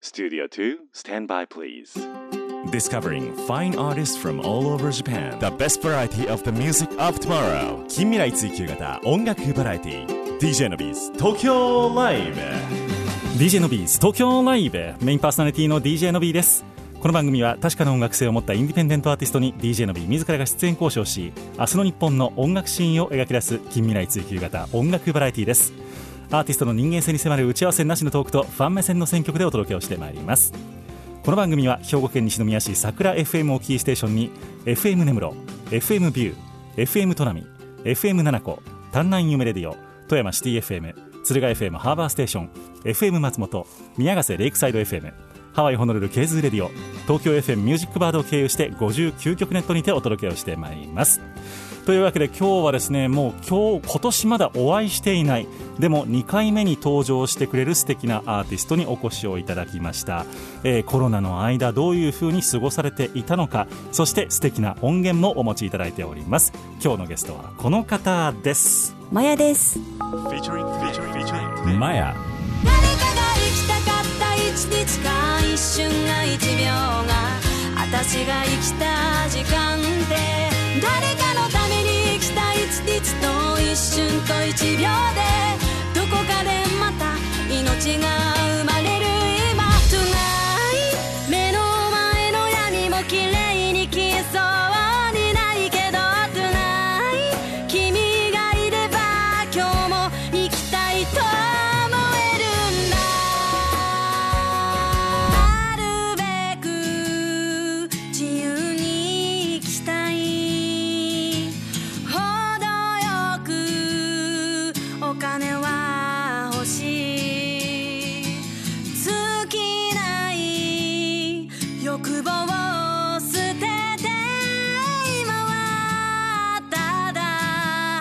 Studio 2, stand by please. Discovering fine artists from all over Japan. The best variety of the music of tomorrow. 近未来追求型音楽バラエティ DJ のビーズ東京ライブ DJ のビーズ東京ライブメインパーソナリティの DJ のビーですこの番組は確かな音楽性を持ったインディペンデントアーティストに DJ のビー自らが出演交渉し明日の日本の音楽シーンを描き出す近未来追求型音楽バラエティですアーティストの人間性に迫る打ち合わせなしのトークとファン目線の選曲でお届けをしてまいりますこの番組は兵庫県西宮市桜 FM をキーステーションに FM 根室 FM ビュー FM トナミ FM 七子丹南夢レディオ富山シティ FM 鶴ヶ FM ハーバーステーション FM 松本宮ヶ瀬レイクサイド FM ハワイホノルルケーズレディオ東京 FM ミュージックバードを経由して59局ネットにてお届けをしてまいりますというわけで今日はですねもう今日今年まだお会いしていないでも2回目に登場してくれる素敵なアーティストにお越しをいただきました、えーコロナの間どういう風に過ごされていたのかそして素敵な音源もお持ちいただいております今日のゲストはこの方ですマヤです。 Featuring, featuring, featuring. マヤ誰かが生きたかった一日間一瞬が一秒が私が生きた時間って誰かのために生きた一日と一瞬と一秒でどこかでまた命が生まれる今 Tonight 目の前の闇も綺麗に消えそうにないけど Tonight 君がいれば今日も生きたいと思えるんだなるべく自由に生きたい程よくお金は欲しい尽きない欲望を捨てて今はただ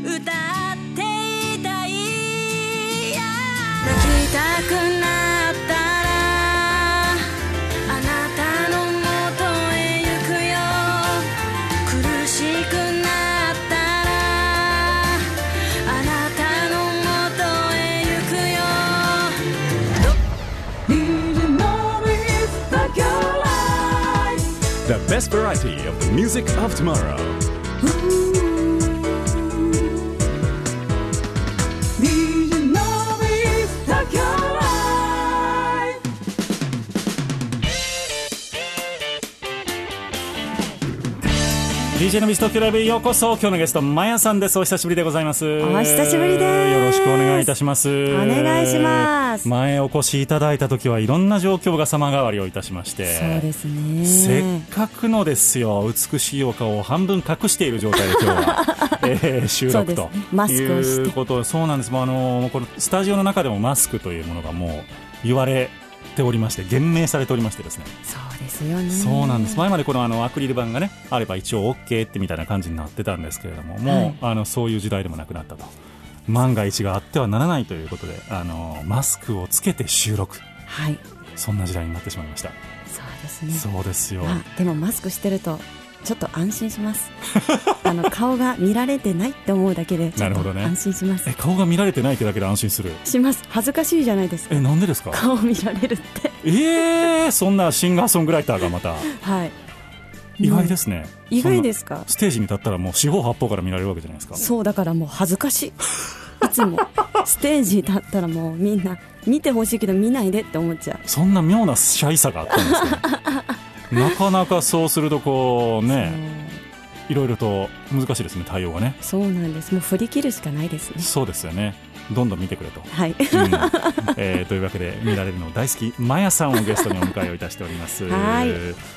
歌っていたい泣きたくなったらあなたの元へ行くよ苦しくなったらあなたの元へ行くよ The best variety of the music of tomorrow 「DJ のビス東京ライブ」へようこそ今日のゲストマヤさんですお久しぶりでございますお久しぶりですよろしくお願いいたしますお願いします前お越しいただいた時はいろんな状況が様変わりをいたしましてそうですね。せっかくのですよ美しいお顔を半分隠している状態で今日 は、えー収そう録ですとねマスクをしいてうことそうなんですもうあのーこのスタジオの中でもマスクというものがもう言われておりまして言明されておりましてですね、そうですよね。そうなんです前までこのあのアクリル板がねあれば一応 OK ってみたいな感じになってたんですけれどももう、はいあのそういう時代でもなくなったと万が一があってはならないということであのーマスクをつけて収録はい。そんな時代になってしまいました、そうですね。そうですよ、まあでもマスクしてるとちょっと安心します。 あの顔が見られてないって思うだけでちょなっるほどとね安心します。え顔が見られてないってだけで安心するします。恥ずかしいじゃないですかえ。なんでですか顔見られるって。えー、そんなシンガーソングライターがまたはい。意外ですね意外ですすか。ステージに立ったらもう四方八方から見られるわけじゃないですかそうだからもう恥ずかしい。い つもステージだったらもうみんな見てほしいけど見ないでって思っちゃう。そんな妙なシャイさがあったんです ねなかなかそうするとこうねいろいろと難しいですね対応がねそうそうなんです。もう振り切るしかないですね。そうですよねどんどん見てく れと、はい。うんえーというわけで見られるの大好きマヤさんをゲストにお迎えをいたしておりますはい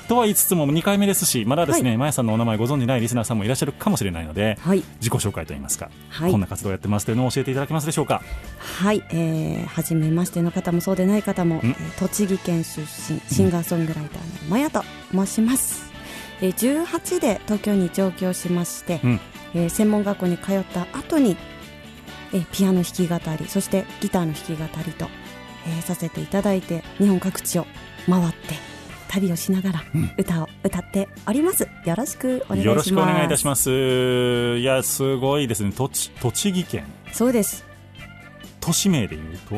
とは言いつつも2回目ですしまだですね、マヤさんのお名前ご存じないリスナーさんもいらっしゃるかもしれないので、はい。自己紹介といいますか、はいこんな活動をやってますというのを教えていただけますでしょうかはい、えー、初めましての方もそうでない方も、えんー栃木県出身シンガーソングライターのまやと申します、えー、18で東京に上京しまして、うんえー専門学校に通った後に、えーピアノ弾き語りそしてギターの弾き語りと、えーさせていただいて日本各地を回って旅をしながら歌を歌っております、よろしくお願いしますよろしくお願いいたしますいやすごいですね栃栃木県すそうです都市名で言うと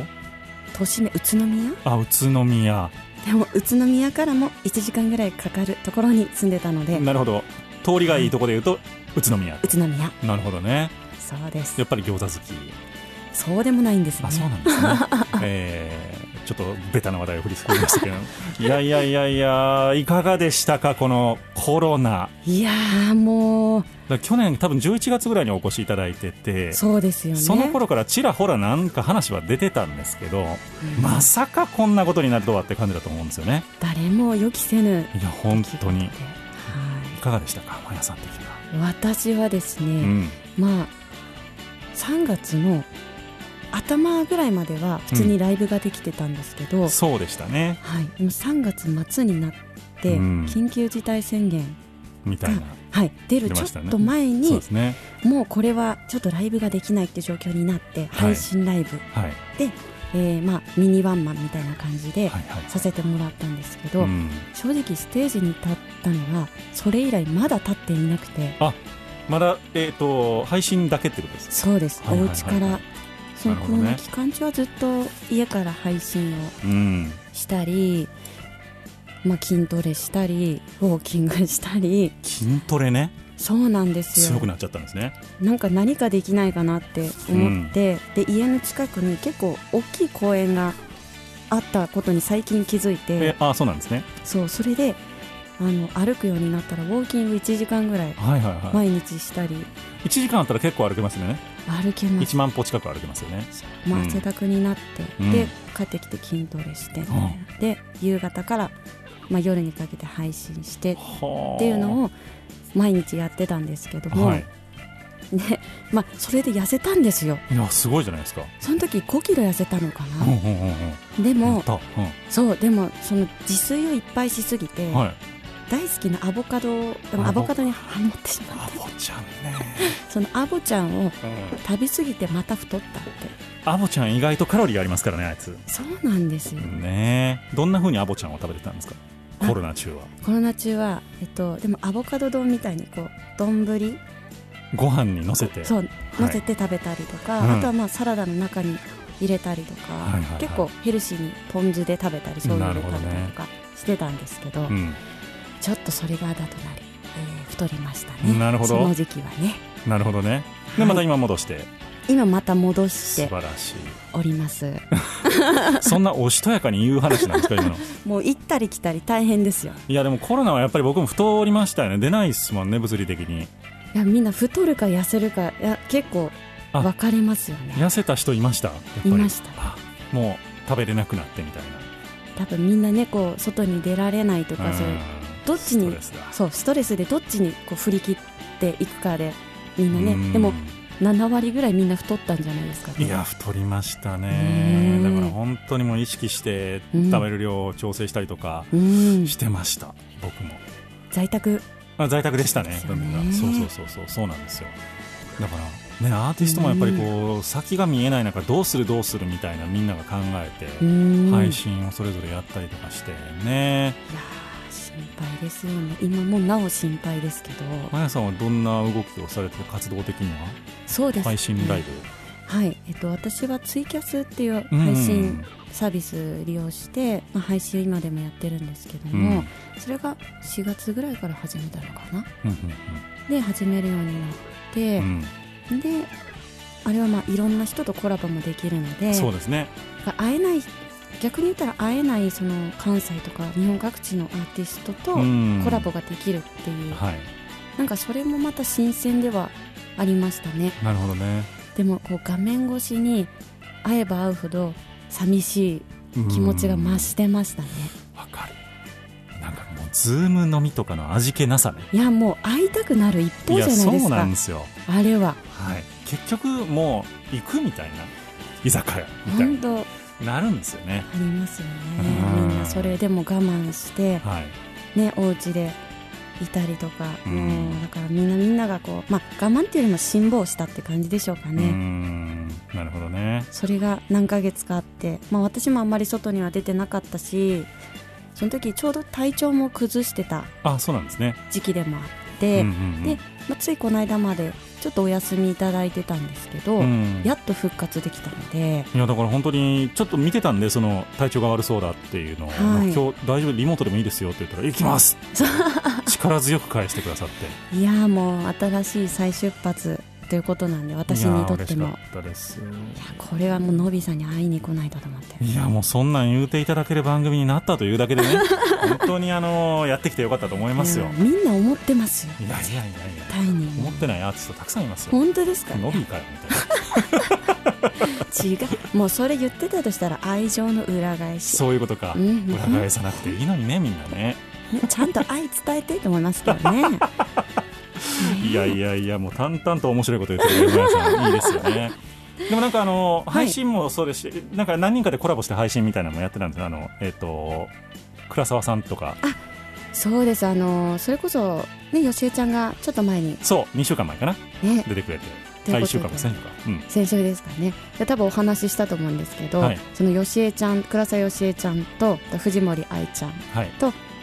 都市名宇都宮あ宇都宮でも宇都宮からも1時間ぐらいかかるところに住んでたのでなるほど通りがいいとこで言うと宇都宮宇都宮なるほどねそうですやっぱり餃子好きそうでもないんですねあそうなんですね えーちょっとベタな話題を振りすぎましたけ どいやいやいやいやいかがでしたかこのコロナいやーもうだから去年多分11月ぐらいにお越しいただいててそうですよねその頃からちらほらなんか話は出てたんですけど、まさかこんなことになるとはって感じだと思うんですよね誰も予期せぬいや本当にいはかがでしたかマヤさん的には、い私はですね、うんまあ3月の頭ぐらいまでは普通にライブができてたんですけど、そうでしたねはい、でも3月末になってうん緊急事態宣言みたいなはい、出る出ちまょしたねっと前に、そうですねもうこれはちょっとライブができないって状況になって、配信ライブ、はいえーまあ、ミニワンマンみたいな感じではいはいさせてもらったんですけど、うん正直ステージに立ったのはそれ以来まだ立っていなくてまだ、えー、と配信だけってことですそうです、はいはいはいお家からそのなるほコロどねナ期間中はずっと家から配信をうんしたり、まあ、筋トレしたりウォーキングしたり筋トレねそうなんですよ強くなっちゃったんですねなんか何かできないかなって思って、で家の近くに結構大きい公園があったことに最近気づいて、えあそうなんですねそうそれであの歩くようになったらウォーキング1時間ぐらいはいはいはい毎日したり1時間あったら結構歩けますよね歩けます、 1万歩近く歩けますよねまあ、うん汗だくになって、うんで帰ってきて筋トレして、んで夕方から、まあ、夜にかけて配信してっっていうのをを毎日やってたんですけども、はい、でまあ、それで痩せたんですよいやすごいじゃないですか、その時5キロ痩せたのかうんうな、んうんうん、でやもった、そうでもその自炊をいっぱいしすぎて、うん、はい大好きなアボカドをでもアアボボカドにハマってしまっアボちゃんね、たそのアボちゃんをうん、食べ過ぎてまた太ったってアボちゃん意外とカロリーありますからねあいつそうなんですよ、ねえどんな風にアボちゃんを食べてたんですかあコロナ中はコロナ中は、えっと、でもアボカド丼みたいにこう丼ご飯に乗せてそうい乗せて食べたりとか、うんあとはまあサラダの中に入れたりとか、いはいはい結構ヘルシーにポン酢で食べたり醤油でな食るべほどたりねとかしてたんですけどうん、ちょっとそれがだとなり、えー太りましたねなるほどその時期はねなるほどねではいまた今戻して今また素戻して晴らしいおります そんなおしとやかに言う話なんですか今のもう行ったり来たり大変ですよいやでもコロナはやっぱり僕も太りましたよね出ないっすもんね物理的にいやみんな太るか痩せるかいや結構あ分かれますよね痩せた人いましたやっぱりいましたあもう食べれなくなってみたい多分みんなねこう外に出られないとなかそういううどんっちストにレスだそうストレスでどっちにこう振り切っていくかでみんなうねんでも7割ぐらいみんな太ったんじゃないですかいや太りましたねねえだから本当にもう意識してうん食べる量を調整したりとかうんしてました、僕も在宅あ在宅でしたねですそようねそうそうそうそうなんですよだからねアーティストもやっぱりこう先が見えない中どうするどうするみたいなみんなが考えうてん配い信をそれぞれやったりとかしてねやー心配ですよね今もなお心配ですけどまやさんはどんな動きをされて活動的にはそうですね配信ライブはいえっと私はツイキャスっていううん配信サービス利用してまあ配信今でもやってるんですけどうんうんもそれが4月ぐらいから始めたのかなうんで始めるようになっうて、んであれはまあいろんな人とコラボもできるのうでんそうですね会えない逆に言ったら会えないその関西とか日本各地のアーティストとうんコラボができるっていう、はいなんかそれもまた新鮮ではありましたねなるほどねでもこう画面越しに会えば会うほど寂しいうん気持ちが増してましたね、わかるなんかもうズーム飲みとかの味気なさねいやもう会いたくなる一方いじやゃないそでうすなかんですよあれははい、結局もう行くみたいな居酒屋みたい本当あになるんですよね、りますよねうんみんなそれでも我慢してはい、ね、お家でいたりとか、うんもうだからみんなみんながこう、まあ、我慢っていうよりも辛抱したって感じでしょうかうーね、んなるほどねそれが何ヶ月かあって、まあ、私もあんまり外には出てなかったしその時ちょうど体調も崩してたあそうなんですね時期でもあって、うんうんうんでまあ、ついこの間までちょっとお休みいただいてたんですけど、うんやっと復活できたのでいやだから本当にちょっと見てたんでその体調が悪そうだっていうのを、はい今日大丈夫リモートでもいいですよって言ったら行き ますそ力強く返してくださっていやーもう新しい再出発ということなんで私にとってもいいやー嬉しかやったですこれはもうのびさんに会いに来ないとと思っていやもうそんなん言うていただける番組になったというだけで ね本当にあのやってきてよかったと思いますよいやーみんな思ってますよいやいやいやいやタイに思ってないアーティストたくさんいますよ本当ですかノ違ビーからみたいなうもうそれ言ってたとしたら愛情の裏返しそういうことかうんうんうん裏返さなくていいのにねみんなねねちゃんと愛伝えてと思いますけど ねねいやいやいやもう淡々と面白いこと言ってる山谷さんいいですよ ねでもなんかあのはい配信もそうですし、なんか何人かでコラボして配信みたいなのもやってたんですよあのえっ、と倉沢さんとかそうですあのーそれこそねよしえちゃんがちょっと前にそう2週間前かなね出てくれてということで1週間も先週かうん先週ですかねで多分お話ししたと思うんですけど、はいそのよしえちゃん倉沢よしえちゃんと藤森愛ちゃんはい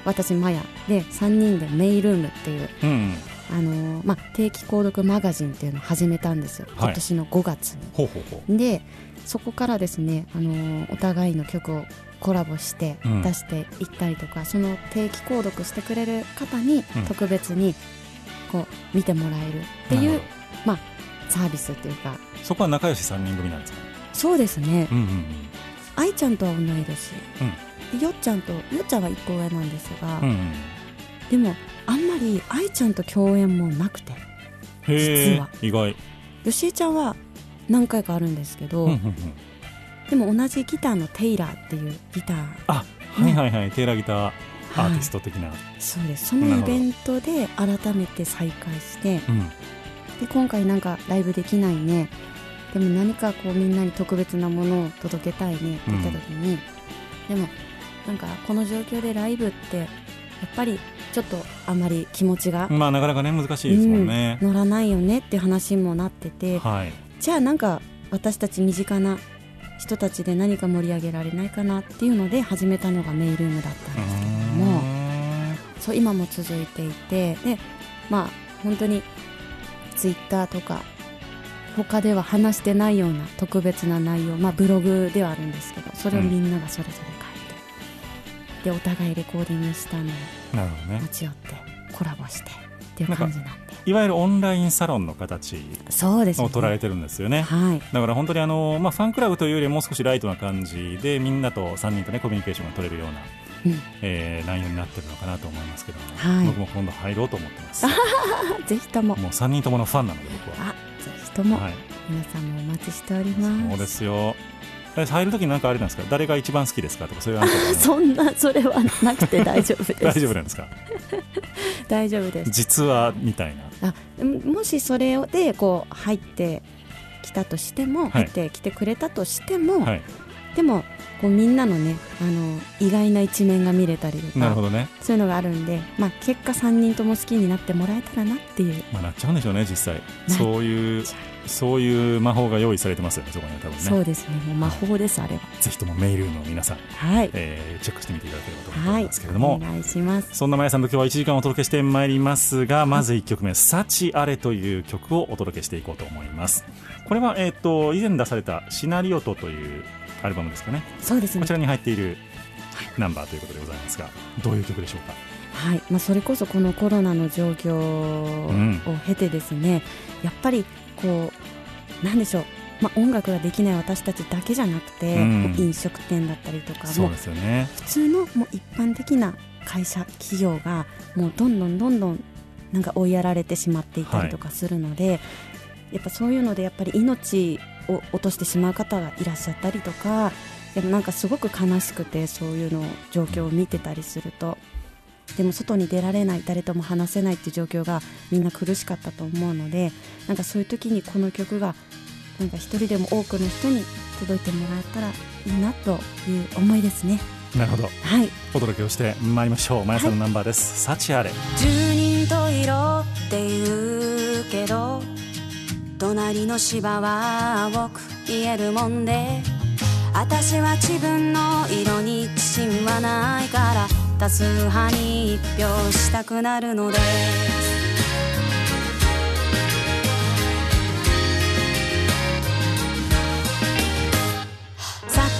私マヤで3人でメイルームっていう、うんうんあのーまあ、定期購読マガジンっていうのを始めたんですよ、はい今年の5月に。ほうほうほでそこからですね、あのーお互いの曲をコラボしてうん出していったりとか、その定期購読してくれる方にうん特別にこう見てもらえるってういなるうほサービスっていうかどそこは仲良し3人組なんですかそうですねうんうん愛ちゃんとは同い年、でよっちゃんとよっちゃんは1個上なんですうが、んうんうんでもあんまり愛ちゃんと共演もなくてへ実えは意外よしえちゃんは何回かあるんですけど、うんうんうんでも同じギターのテイラーっていうギターあはいはいはい、テーラーギターアーティストト的な、そうですそなのるイほどベントで改めて再会してうんで今回なんかライブできないねでも何かこうみんなに特別なものを届けたいねって言った時に、でもなんかこの状況でライブってやっぱりちょっとあまり気持ちがまあなかなかね難しいですもんね、乗らないよねっていう話もなってて、はいじゃあなんか私たち身近な人たちで何か盛り上げられないかなっていうので始めたのがメイルームだったんですけれどもそう今も続いていてでまあ本当にツイッターとか他では話してないような特別な内容、まあ、ブログではあるんですけどそれをみんながそれぞれ書いて、でお互いレコーディングしたのをうーんなるほどね持ち寄ってコラボしてっていう感じなんでいわゆるオンラインサロンの形そうですをね捉えてるんですよね。はいだから本当にあの、まあ、ファンクラブというよりもう少しライトな感じでみんなと3人と、ね、コミュニケーションが取れるような、うんえー内容になってるのかなと思いますけども、はい僕も今度入ろうと思って ますあぜひとももう3人とものファンなので僕は。あぜひとも、はい、皆さんもお待ちしておりそうま。ですすよえ入るときなんかあれなんですか誰が一番好きですかとかそういうアンケートは そんなそれはなくて大丈夫です。 大丈夫なんですか大丈夫です。実はみたいなあでももしそれでこう入ってきたとしても、い入ってきてくれたとしても、はいでもこうみんなのねあの意外な一面が見れたりとなるほかどね、そういうのがあるんで、まあ結果三人とも好きになってもらえたらなっていう。まあ、なっちゃうんでしょうね実際そういうちゃそういう魔法が用意されてますよねそこには多分ねそうですね、もう魔法ですあれは。ぜひともメールの皆さん、はい、えーチェックしてみていただければと思はいいますけれど、も、お願いします。そんなまやさんと今日は1時間お届けしてまいりますがまず1曲目「幸あれ」という曲をお届けしていこうと思いますこれは、えー、と以前出された「シナリオト」というアルバムですかねそうですこねち。らに入っているナンバーということでございますがどういう曲でしょうかはいまあ、それこそこのコロナの状況んを経てですね、やっぱりこうなんでしょう、まあ、音楽ができない私たちだけじゃなくて、うんもう飲食店だったりとかそもううですよね普通のもう一般的な会社企業がもうどんどんどんどんなんか追いやられてしまっていたりとかするので、やっぱそういうのでやっぱり命を落としてしまう方がいらっしゃったりとかやっぱなんかすごく悲しくてそういうの状況を見てたりするとでも外に出られない誰とも話せないっていう状況がみんな苦しかったと思うのでなんかそういう時にこの曲がなんか一人でも多くの人に届いてもらえたらいいなという思いですね。なるほどはいお届けをしてまいりましょうまやさんのナンバーです「幸あれ十人十色って言うけど隣の芝は青く言えるもんで私は自分の色に自信はないから多数派に一票したくなるのです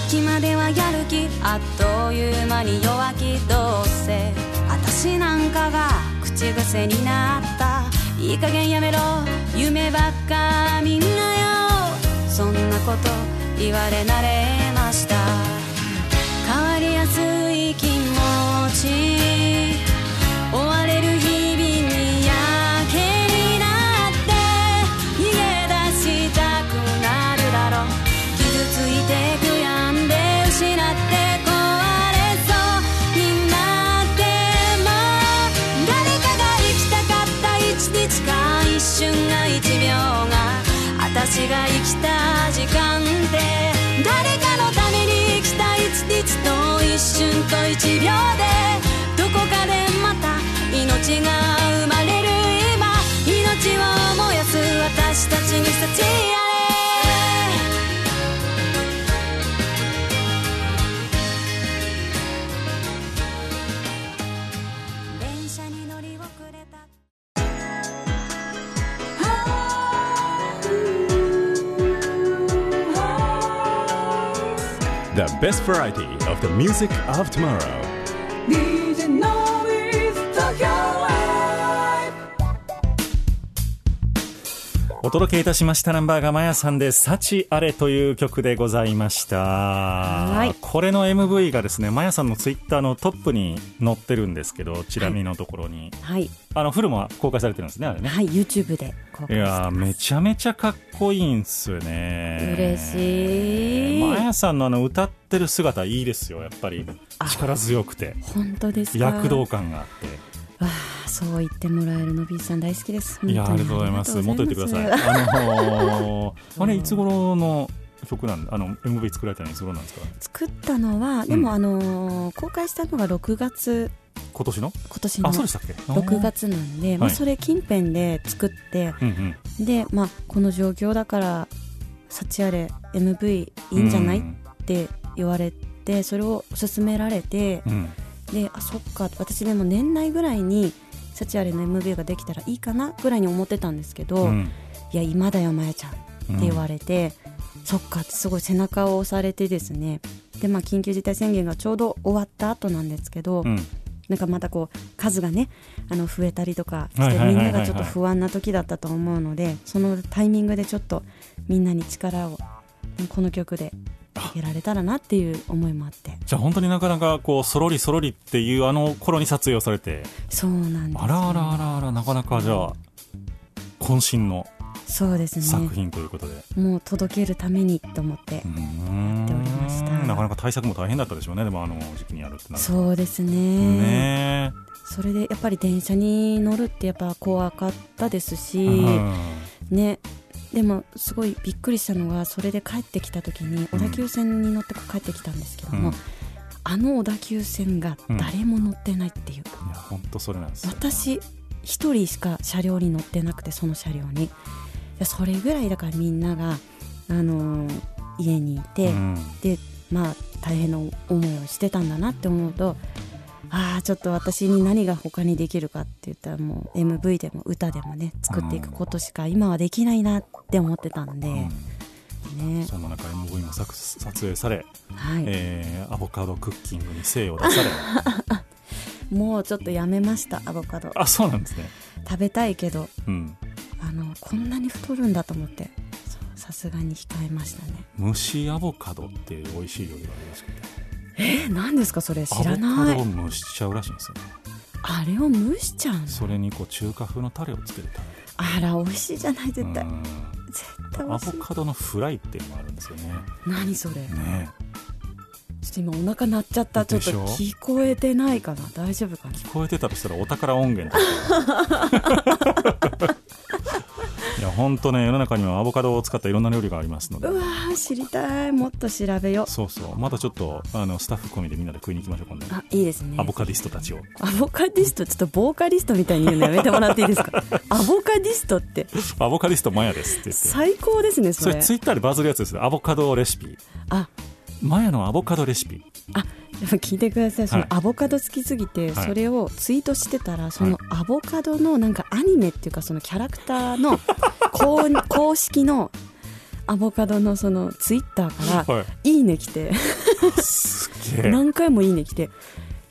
隙間ではやる気あっという間に弱気どうせ私なんかが口癖になったいい加減やめろ夢ばっかみんなよそんなこと言われ慣れました変わりやすい気持ち追われる日々にやけになって逃げ出したくなるだろう傷ついて悔やんで失って壊れそうになっても誰かが生きたかった一日か一瞬が一秒が私が生きた時間って誰かのために生きた一日と一瞬と一秒でどこかでまた命が生まれる今命を燃やす私たちに幸あれ電車に乗り遅れた The best variety of the music of tomorrow. DJ Nobis Tokyo Live お届けいたしましたナンバーがまやさんで「幸あれ」という曲でございましたいこれの MV がですねまやさんのツイッターのトップに載ってるんですけどチラ見のところに、はい、あのフルも公開されてるんですねあれねはい、YouTube で公い開してやーますめちゃめちゃかっこいいんすよね嬉しいまやさんのあの歌ってる姿いいですよやっぱり力強くて本当ですか躍動感があってわあそう言ってもらえるのびーさん大好きですいやーあ本りが当にとうございますあり持がっととういてごくざだいさい ますあのー、あれいつ頃の曲なんあの MV 作られたのいつ頃なんですか作ったのはでも、うんあのー公開したのが6月今年の今年のあそうでしたっけ6月なんで、まあ、はいそれ近辺で作ってうんうんでまあこの状況だから「幸あれ MV いいんじゃない?」うって言われてそれを勧められてうんであそっか私でも年内ぐらいに「幸あれの MV ができたらいいかなぐらいに思ってたんですけどう「んいや今だよまやちゃん」って言われて、そっかってすごい背中を押されてですねでまあ緊急事態宣言がちょうど終わった後なんですけど、うんなんかまたこう数がねあの増えたりとかはしいはていはいみんはいはいながちょっと不安な時だったと思うのでそのタイミングでちょっとみんなに力をこの曲であげられたらなっていう思いもあってじゃあ本当になかなかこうそろりそろりっていうあの頃に撮影をされてそうなんですあらあらあらあらなかなかじゃあ渾身のそうですね作品ということで、もう届けるためにと思っうてーんっておりましたなかなか対策も大変だったでしょうねでもあの時期にやるってなるとそうですねねそれでやっぱり電車に乗るってやっぱ怖かったですし、えうんねでもすごいびっくりしたのがそれで帰ってきた時に小田急線に乗って帰ってきたんですけども、うんあの小田急線が誰も乗ってないっていう、いや本当それなんですよ私一人しか車両に乗ってなくてその車両にいやそれぐらいだからみんなが、あのー家にいて、うんでまあ大変な思いをしてたんだなって思うとああちょっと私に何が他にできるかって言ったらもう MV でも歌でもね作っていくことしか今はできないなって思ってたんで、ねそんな中 MV も作撮影され、はい、えーアボカドクッキングに精を出され もうちょっとやめましたアボカドあそうなんですね、食べたいけどうん、あのこんなに太るんだと思ってそうさすがに控えましたね蒸しアボカドっていう美味しい料理がありますけどえ何ですかそれ知らアなボいカドを蒸しちゃうらしいんですよねあれを蒸しちゃうのそれにこう中華風のタレをつけて食あら美味しいじゃないべる絶対うん絶対美ア味しボいカドのフライっていうのがあるんですよね何それねちょっと今お腹鳴っちゃったちょでっしとょ聞こえてないかな大丈夫かな聞こえてたとしたらお宝音源だ いや本当ね世の中にはアボカドを使ったいろんな料理がありますのでうわー知りたいもっと調べようそうそうまたちょっとあのスタッフ込みでみんなで食いに行きましょう今度あいいですねアボカディストたちをアボカディストちょっとボーカリストみたいに言うのやめてもらっていいで すかアボカディストってアボカディストマヤですって言って最高ですねそそれれツイッターでバズるやつですよアボカドレシピあマヤのアボカドレシピあでも聞いてくださいそのはいアボカド好きすぎて、はいそれをツイートしてたらそのアボ カドのなんかアニメっていうかそのキャラクターの公公式のアボカドのそのツイッターからはい「いいね」来てすげえ何回も「いいね」来て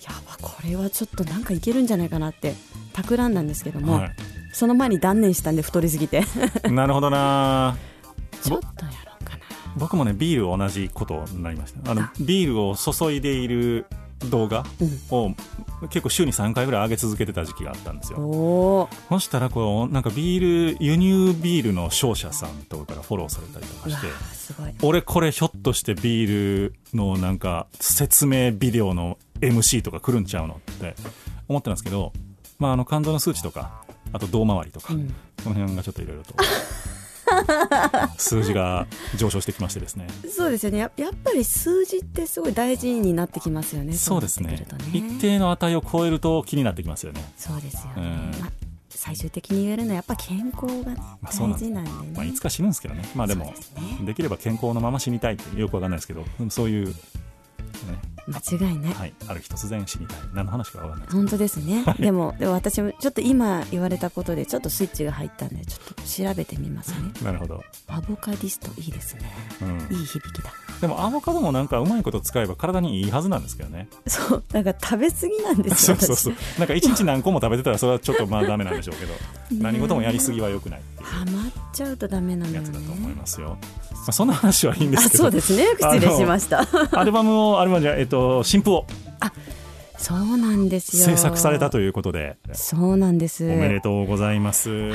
やばこれはちょっとなんかいけるんじゃないかなって企んだんですけども、はその前に断念したんで太りすぎてい、なるほどなちょっとやろうかな僕もねビール同じことになりましたあのあビールを注いでいる動画を結構週に3回ぐらい上げ続けてた時期があったんですよおおそしたらこうなんかビール輸入ビールの商社さんとかからフォローされたりとかしてすごい俺これひょっとしてビールのなんか説明ビデオの MC とか来るんちゃうのって思ってたんですけど、まあ、あの肝臓の数値とかあと胴回りとか、うんこの辺がちょっといろいろと数字が上昇してきましてですねそうですよねややっぱり数字ってすごい大事になってきますよねそうですねなってくると一定の値を超えると気になってきますよね、そうですよね、うんまあ、最終的に言えるのはやっぱ健康がねまあそう大なん事なんでね、まあ、いつか死ぬんですけどねまあでもそうですねできれば健康のまま死にたいってよくわかんないですけどでもそういう、ね間違いない、はい、ある日突然死にたい何の話かわかんない本当ですね、でもでも私もちょっと今言われたことでちょっとスイッチが入ったんでちょっと調べてみますねなるほど、アボカディストいいですねうん、いい響きだでもアボカドもなんかうまいこと使えば体にいいはずなんですけ どね。そうなんか食べ過ぎなんですそようそうそう。なんか一日何個も食べてたらそれはちょっとまあダメなんでしょうけど、何事もやりすぎは良くないって私ハマっちゃうとダメなのいうよやつだねと思いますよ。まあそんな話はいいんであすけど。そうですね失礼しましたアルバムをアルバムじゃえっと新譜をそうなんですよ制作されたということで、そうなんですおめでとうございます。ご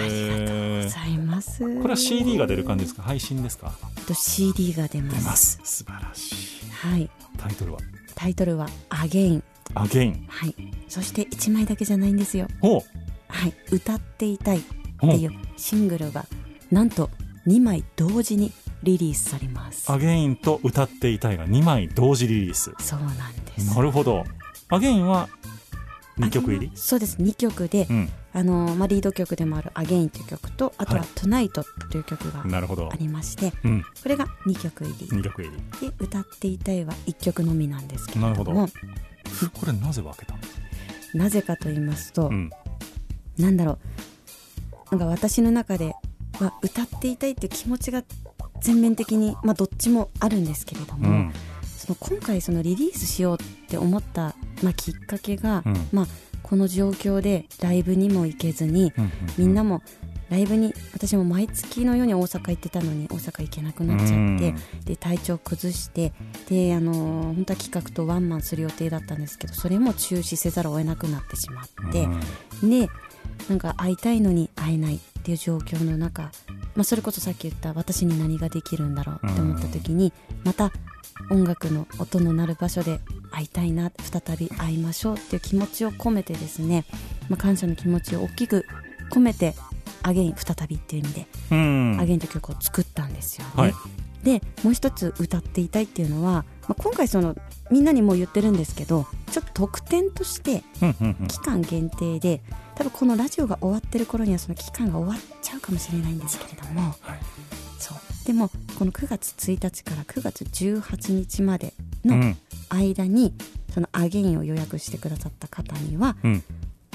ざいますこれは CD が出る感じですか配信ですかえっと CD が出ますす素晴らしいはいタイトルはタイトルは「アゲイン「アゲインはいそして1枚だけじゃないんですよ」ほはい歌っていたいうっていうシングルがなんと2枚同時にリリースされますアゲインと歌っていたいが2枚同時リリースそうなんですなるほど。アゲインは2曲入りそうです2曲で、うん。あのまあ、リード曲でもある「Again」という曲とあとははい「Tonight」という曲がなるほどあ。りまして、うん。これが2曲入り2曲入で「歌っていたい」は1曲のみなんですけれどもなるほり。これなぜ分けたのなぜかと言いますと、うん。なんだろうなんか私の中で、まあ、歌っていたいっていう気持ちが全面的に、まあ、どっちもあるんですけれどうも、ん。その今回そのリリースしようって思った、まあ、きっかけが、うんまあ、この状況でライブにも行けずに、うん。みんなもライブに私も毎月のように大阪行ってたのに大阪行けなくなっちゃって、で体調崩してで、あのー本当は企画とワンマンする予定だったんですけどそれも中止せざるを得なくなってしまって。うんでなんか会いたいのに会えないっていう状況の中、まあ、それこそさっき言った私に何ができるんだろうって思った時にまた音楽の音の鳴る場所で会いたいな再び会いましょうっていう気持ちを込めてですね、まあ、感謝の気持ちを大きく込めて「アゲイン再び」っていう意味でうん。 「アゲイン」という曲を作ったんですよね。はい。でもう一つ歌っていたいっていうのは、まあ、今回そのみんなにも言ってるんですけどちょっと特典としてうんうんうん期間限定で多分このラジオが終わってる頃にはその期間が終わっちゃうかもしれないんですけれども、はいそうでもこの9月1日から9月18日までうのん。間に、その「アゲイン」を予約してくださった方には、うん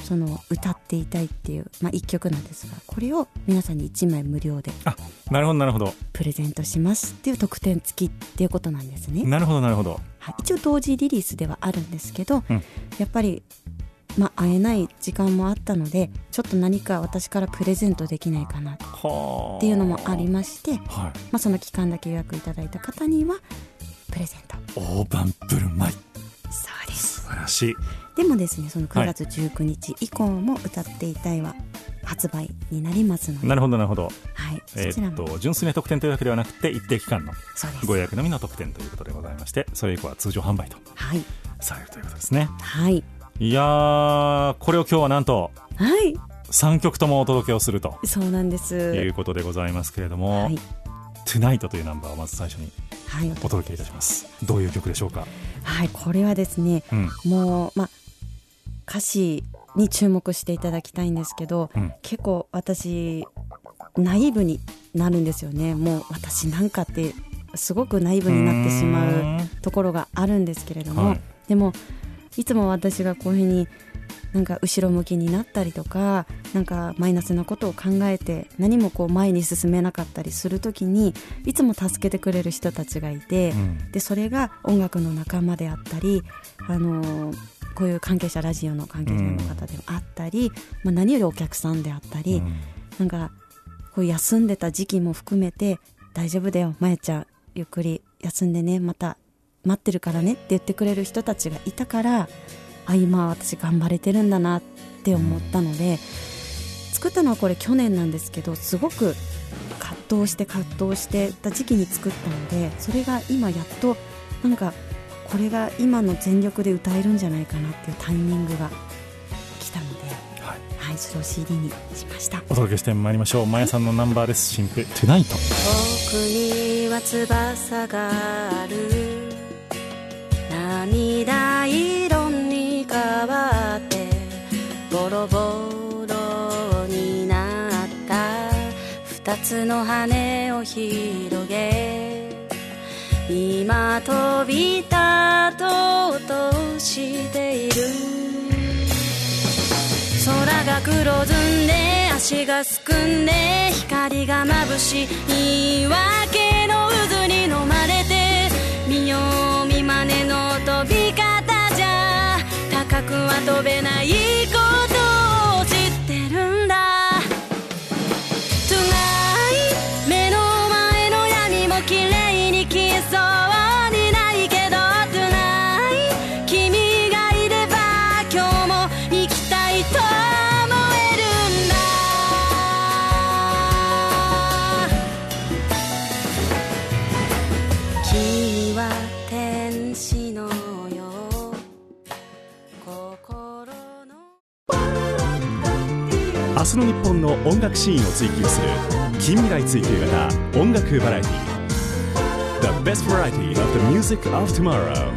その歌っていたいっていう、まあ、1曲なんですがこれを皆さんに1枚無料でなるほど、なるほど。プレゼントしますっていう特典付きっていうことなんですね。なるほど、なるほど。はい一応同時リリースではあるんですけど、うんやっぱり、まあ、会えない時間もあったのでちょっと何か私からプレゼントできないかなっはあ。ていうのもありまして、まはい。あ、その期間だけ予約いただいた方にはプレゼント大盤振る舞い。そうです素晴らしい。でもですねそのは9い月19日以降も「歌っていたい」は発売になりますので、なるほど、なるほど。はい、えそちらーっも、と、純粋な特典というわけではなくて、一定期間のそうですご予約のみの特典ということでございまして、それ以降は通常販売とはいされるということですね。はいいやー、これを今日はなんと、はい3曲ともお届けをするとそうなんでいすうことでございますけれどはもい、 「TONIGHT」というナンバーをまず最初にはいお届けいたしますどういう曲でしょうか、はい、これはですねうん、もう、まあ、歌詞に注目していただきたいんですけど、うん結構私ナイーブになるんですよねもう私なんかってすごくナイーブになってしまうところがあるんですけれども、はいでもいつも私がこういうふうになんか後ろ向きになったりとかなんかマイナスなことを考えて何もこう前に進めなかったりする時にいつも助けてくれる人たちがいて、うんでそれが音楽の仲間であったり、あのーこういう関係者ラジオの関係者の方でもあったり、まあ、何よりお客さんであったり、うんなんかこう休んでた時期も含めて「大丈夫だよまやちゃんゆっくり休んでねまた待ってるからね」って言ってくれる人たちがいたからあ今私頑張れてるんだなって思ったので、作ったのはこれ去年なんですけどすごく葛藤して葛藤してた時期に作ったのでそれが今やっとなんかこれが今の全力で歌えるんじゃないかなっていうタイミングが来たので、はいはい、それを CD にしました。お届けしてまいりましょうまやさんのナンバーです新婦「トゥナイト僕には翼がある涙色に変わってボロボロになった二つの羽を広げ今飛び立とうとしている空が黒ずんで足がすくんで光が眩しい言い訳の渦に飲まれて見よう見まねの飛び方じゃ高くは飛べないことを知ってるんだ Tonight 目の前の闇も綺麗に消えそうにないけど Tonight 君がいれば今日も生きたいと思えるんだ君は天使のよう心の」明日の日本の音楽シーンを追求する近未来追求型音楽バラエティ The best variety of the music of tomorrow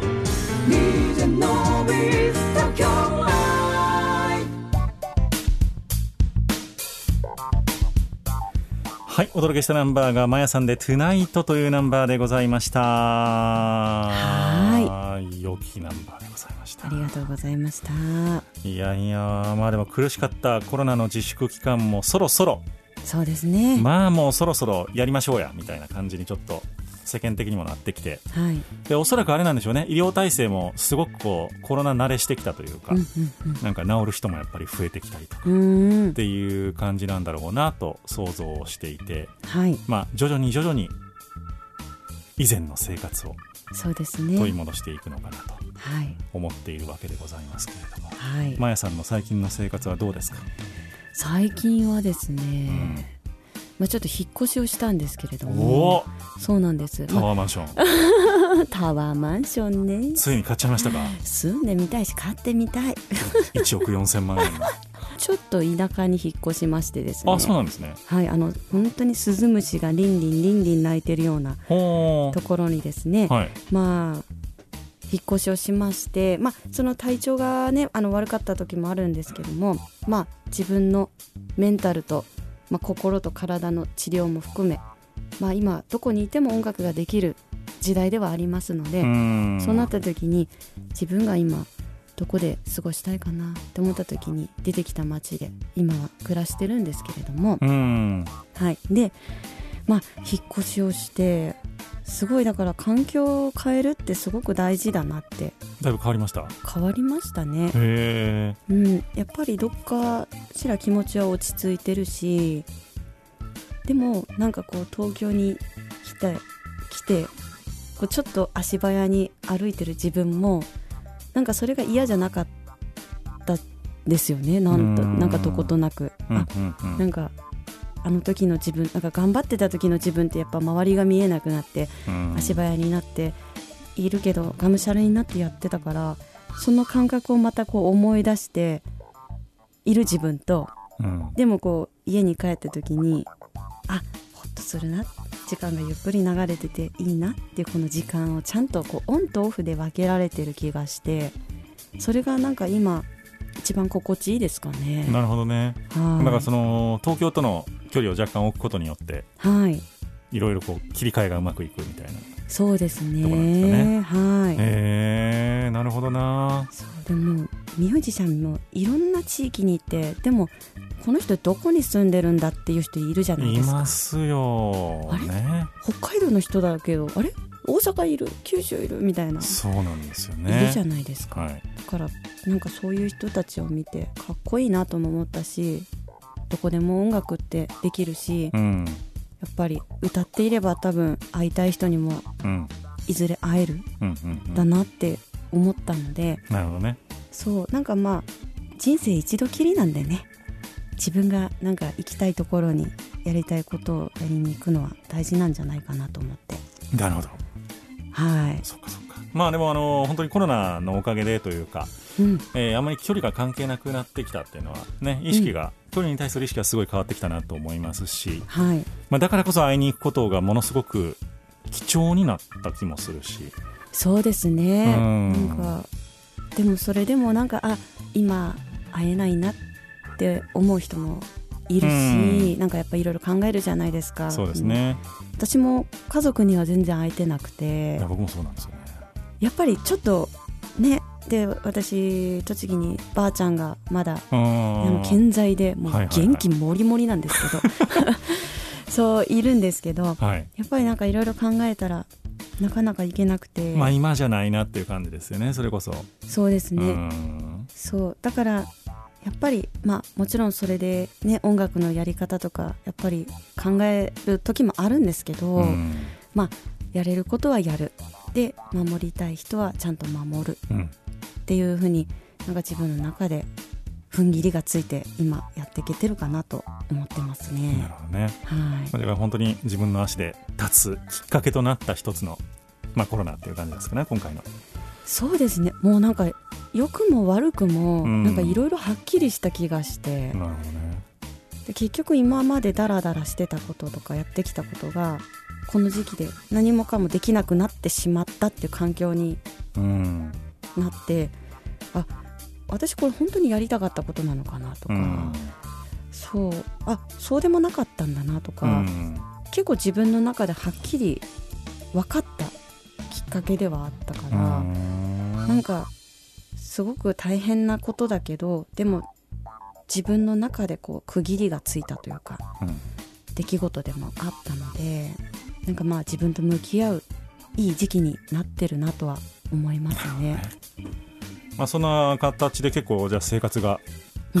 DJ Nobis Tokyo Live」はいお届けしたナンバーがまやさんで「トゥナイトというナンバーでございましたはい良きナンバーでございましたありがとうございました。そいやいやまあでも苦しかったコロナの自粛期間もそろそろうですね。まあもうそろそろやりましょうやみたいな感じにちょっと世間的にもなってきてはい。でおそらくあれなんでしょうね医療体制もすごくこうコロナ慣れしてきたというか、うんなんか治る人もやっぱり増えてきたりとかうんうん。うーっん。ていう感じなんだろうなと想像をしていてはい。まあ徐々に徐々に以前の生活をそうです取りね。戻していくのかなとはい。思っているわけでございますけれどもはい。まやさんの最近の生活はどうですか、最近はですね、んまあちょっと引っ越しをしたんですけれどおもお、そうなんです。タまワーマンションあ タワーマンションね。ついに買っちゃいましたか住んでみたいし買ってみたい。 1億4000万円のちょっと田舎に引っ越しましてですね。あそうなんですねはい、あの本当にスズムシがリンリンリンリン鳴いてるようなほところにですね、ーはいまあ引っ越しをしまして、まあ、その体調がねあの悪かった時もあるんですけども、まあ、自分のメンタルと、まあ、心と体の治療も含め、まあ、今どこにいても音楽ができる時代ではありますので、うーんそうなった時に自分が今どこで過ごしたいかなって思った時に出てきた街で今は暮らしてるんですけれども、うーんはい、で、まあ、引っ越しをしてすごいだから環境を変えるってすごく大事だなってだいぶ変わりましたへ変わりましたね、えうん、やっぱりどっかしら気持ちは落ち着いてるしでもなんかこう東京に来て来てこうちょっと足早に歩いてる自分もなんかそれが嫌じゃなかったですよねなんとうんなんかどことなく。うんうあんうんなんかあの時の自分なんか頑張ってた時の自分ってやっぱ周りが見えなくなってうん足早になっているけどがむしゃらになってやってたからその感覚をまたこう思い出している自分とうんでもこう家に帰った時にあほっとするな時間がゆっくり流れてていいなっていうこの時間をちゃんとこうオンとオフで分けられてる気がしてそれがなんか今一番心地いいですかね。なるほどねはだいからその東京との距離を若干置くことによってはいいろいろこう切り替えがうまくいくみたいなそうですとこなんですかね。ねはい。へえなるほどなそうでもミュージシャンもいろん地域に行ってでもこの人どこに住んでるんだっていう人いるじゃないいですかますよあれね北海道の人だけどあれ大阪いる九州いるみたいな、そうなんですよいるねじゃないですか、はいだからなんかそういう人たちを見てかっこいいなとも思ったしどこでも音楽ってできるし、やうんっぱり歌っていれば多分会いたい人にもうんいずれ会えるうんうんだなって思ったので、なるほどねそうなんかまあ人生一度きりなんでね自分がなんか行きたいところにやりたいことをやりに行くのは大事なんじゃないかなと思ってなるほどはそっかそっかまあでもあの本当にコロナのおかげでというか、い、うん、えーあまり距離が関係なくなってきたっていうのはね意識が、距離に対する意識がすごい変わってきたなと思いますし、はいまあ、だからこそ会いに行くことがものすごく貴重になった気もするしそうですねうんなんかでもそれでもなんかあ今会えないなって思う人もいるしなんかやっぱいろいろ考えるじゃないですかそうですね、うん私も家族には全然会えてなくていや僕もそうなんですよねやっぱりちょっとねで私栃木にばあちゃんがまだうあのん健在でもはいはういはい元気もりもりなんです けど、そういるんですけどはいやっぱりなんかいろいろ考えたらなかなか行けなくて、まあ今じゃないなっていう感じですよねそれこそ、そうですうね、んそうだからやっぱりまあもちろんそれでね音楽のやり方とかやっぱり考える時もあるんですけど、うんやれることはやるで守りたい人はちゃんと守るうんっていうふうになんか自分の中で踏ん切りがついて今やっていけてるかなと思ってますなねる。ほどねはいそれが本当に自分の足で立つきっかけとなった一つの、まあ、コロナっていう感じですかね今回のそうですねもうなんか良くも悪くも、うんなんかいろいろはっきりした気がしなて、るほどねで結局今までダラダラしてたこととかやってきたことがこの時期で何もかもできなくなってしまったっていう環境にうんなってあ私これ本当にやりたかったことなのかなとか、うんそうあそうでもなかったんだなとうか、ん結構自分の中ではっきり分かったきっかけではあったかうら。んなんかすごく大変なことだけどでも自分の中でこう区切りがついたというか、うん出来事でもあったのでなんかまあ自分と向き合ういい時期になってるなとは思いますね。まあ、そんな形で結構じゃあ生活が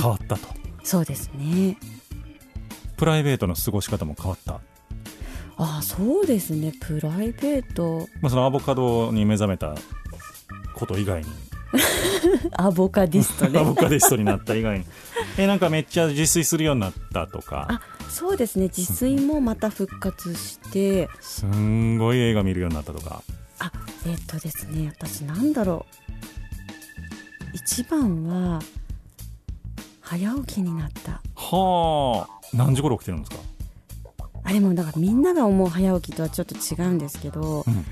変わったと、そうですねプライベートの過ごし方も変わった、ああそうですねプライベート まあ、そのアボカドに目覚めたこと以外に、アボカディ ストアねボカディストになった以 外にえなんかめっちゃ自炊するようになったとかあそうですね自炊もまた復活してすんごい映画見るようになったとかあえっ、とですね私なんだろう一番は早起きになったはあ何時頃起きてるんですかあでもだからみんなが思う早起きとはちょっと違うんですけど、うん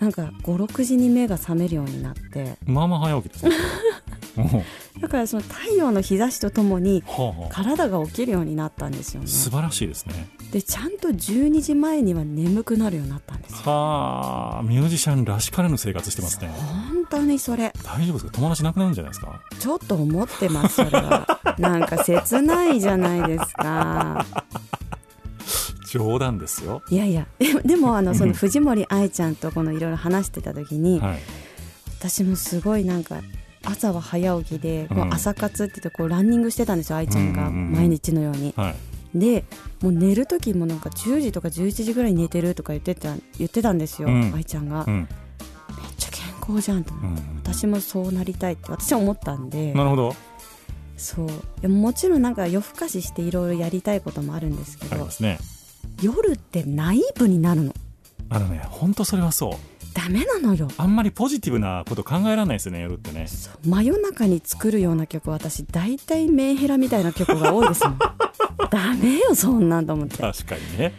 なんか56時に目が覚めるようになってまあまあ早起きですね うんはだからその太陽の日差しとともにあはあ体が起きるようになったんですよね素晴らしいですねでちゃんと12時前には眠くなるようになったんですよはあミュージシャンらしからぬ生活してますね本当にそれ大丈夫ですか友達なくなるんじゃないですかちょっと思ってますそれはなんか切ないじゃないですか冗談ですよいやいや でもでもあのそうのん藤森愛ちゃんとこのいろいろ話してた時に、はい私もすごいなんか朝は早起きで、うんもう朝活って言ってこうランニングしてたんですよ愛ちゃんうんがうんうん毎日のように。はいでもう寝る時もなんか10時とか11時ぐらいに寝てるとか言ってた言ってたんですよ、うん愛ちゃんが、うめっんちゃ健康じゃんと思って、うん私もそうなりたいって私は思ったんでなるほどそうでももちろんなんか夜更かししていろいろやりたいこともあるんですけありどますね夜ってナイーブになるのあのね本当それはそうダメなのよあんまりポジティブなこと考えられないですよね夜ってねそう真夜中に作るような曲私大体メンヘラみたいな曲が多い ですもんダメよそんなんと思って確かにね、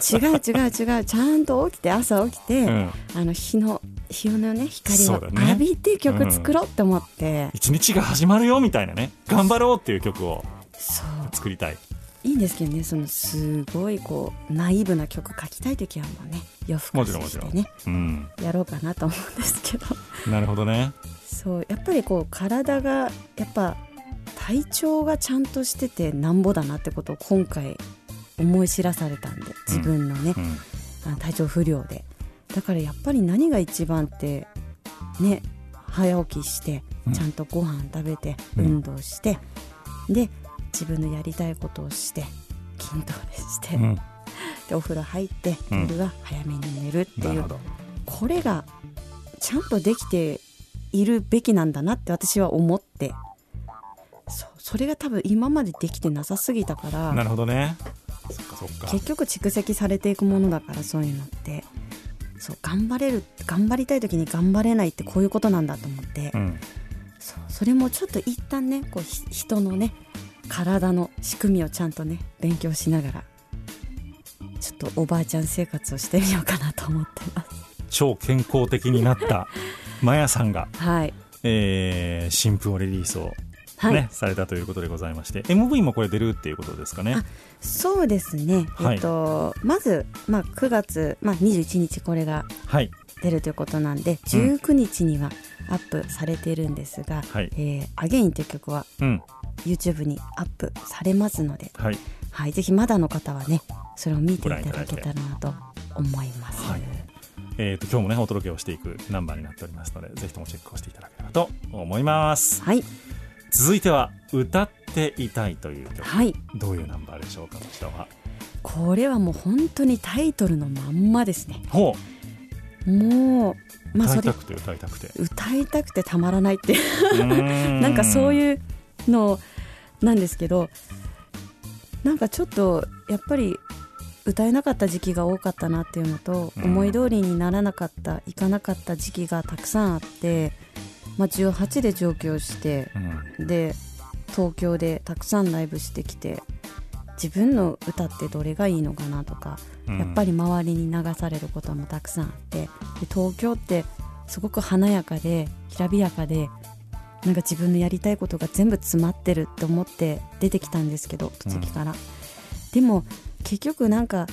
ちょ違う違う違うちゃんと起きて朝起きて、うん、あの日の日のね光そをうだね浴びて曲作ろうって思って一日が始まるよみたいなね頑張ろうっていう曲をそう,、作りたいいいんですけどねそのすごいこうナイーブな曲書きたい時はもうね夜更かしもちしろんてもちねうんやろうかなと思うんですけどなるほどねそうやっぱりこう体がやっぱ体調がちゃんとしててなんぼだなってことを今回思い知らされたんで自分のね、うんあの体調不良でだからやっぱり何が一番ってね早起きしてうんちゃんとご飯食べて、うん運動してで自分のやりたいことをして筋トレして、うんでお風呂入ってうん夜は早めに寝るってないるう、ほどこれがちゃんとできているべきなんだなって私は思ってそうそれが多分今までできてなさすぎたからなるほどねそっかそっか結局蓄積されていくものだからそういうのってそう頑張れる頑張りたい時に頑張れないってこういうことなんだと思って、うんそうそれもちょっと一旦ねこうひ人のね体の仕組みをちゃんとね勉強しながらちょっとおばあちゃん生活をしてみようかなと思ってます。超健康的にな ったマヤさんが、はい、えー、新譜をリリースを、ねはいされたということでございまして MV もこれ出るっていうことですかねあそうですね、はいえっと、まず、まあ、9月、まあ、21日これがはい出るということなんで19日にはアップされてるんですが「はいえー、アゲイン」という曲はうん YouTube にアップされますので、はいはい、ぜひまだの方はねそれを見ていただけたらなと思います。はいえー、と今日もねお届けをしていくナンバーになっておりますのでぜひともチェックをしていただければと思いますはい、続いては「歌っていたい」という曲、はいどういうナンバーでしょうかこちらはこれはもう本当にタイトルのまんまですね。ほもう、うまあ、歌いそれたくて歌いたく て歌いたくてたまらないってななんかそうういうのなんですけどなんかちょっとやっぱり歌えなかった時期が多かったなっていうのと、うん思い通りにならなかったいかなかった時期がたくさんあって、まあ、18で上京してーん、うんで東京でたくさんライブしてきて自分の歌ってどれがいいのかなとかうんやっぱり周りに流されることもたくさんあってで東京ってすごく華やかできらびやかでなんか自分のやりたいことが全部詰まってるって思って出てきたんですけど栃木から、でも結局なんか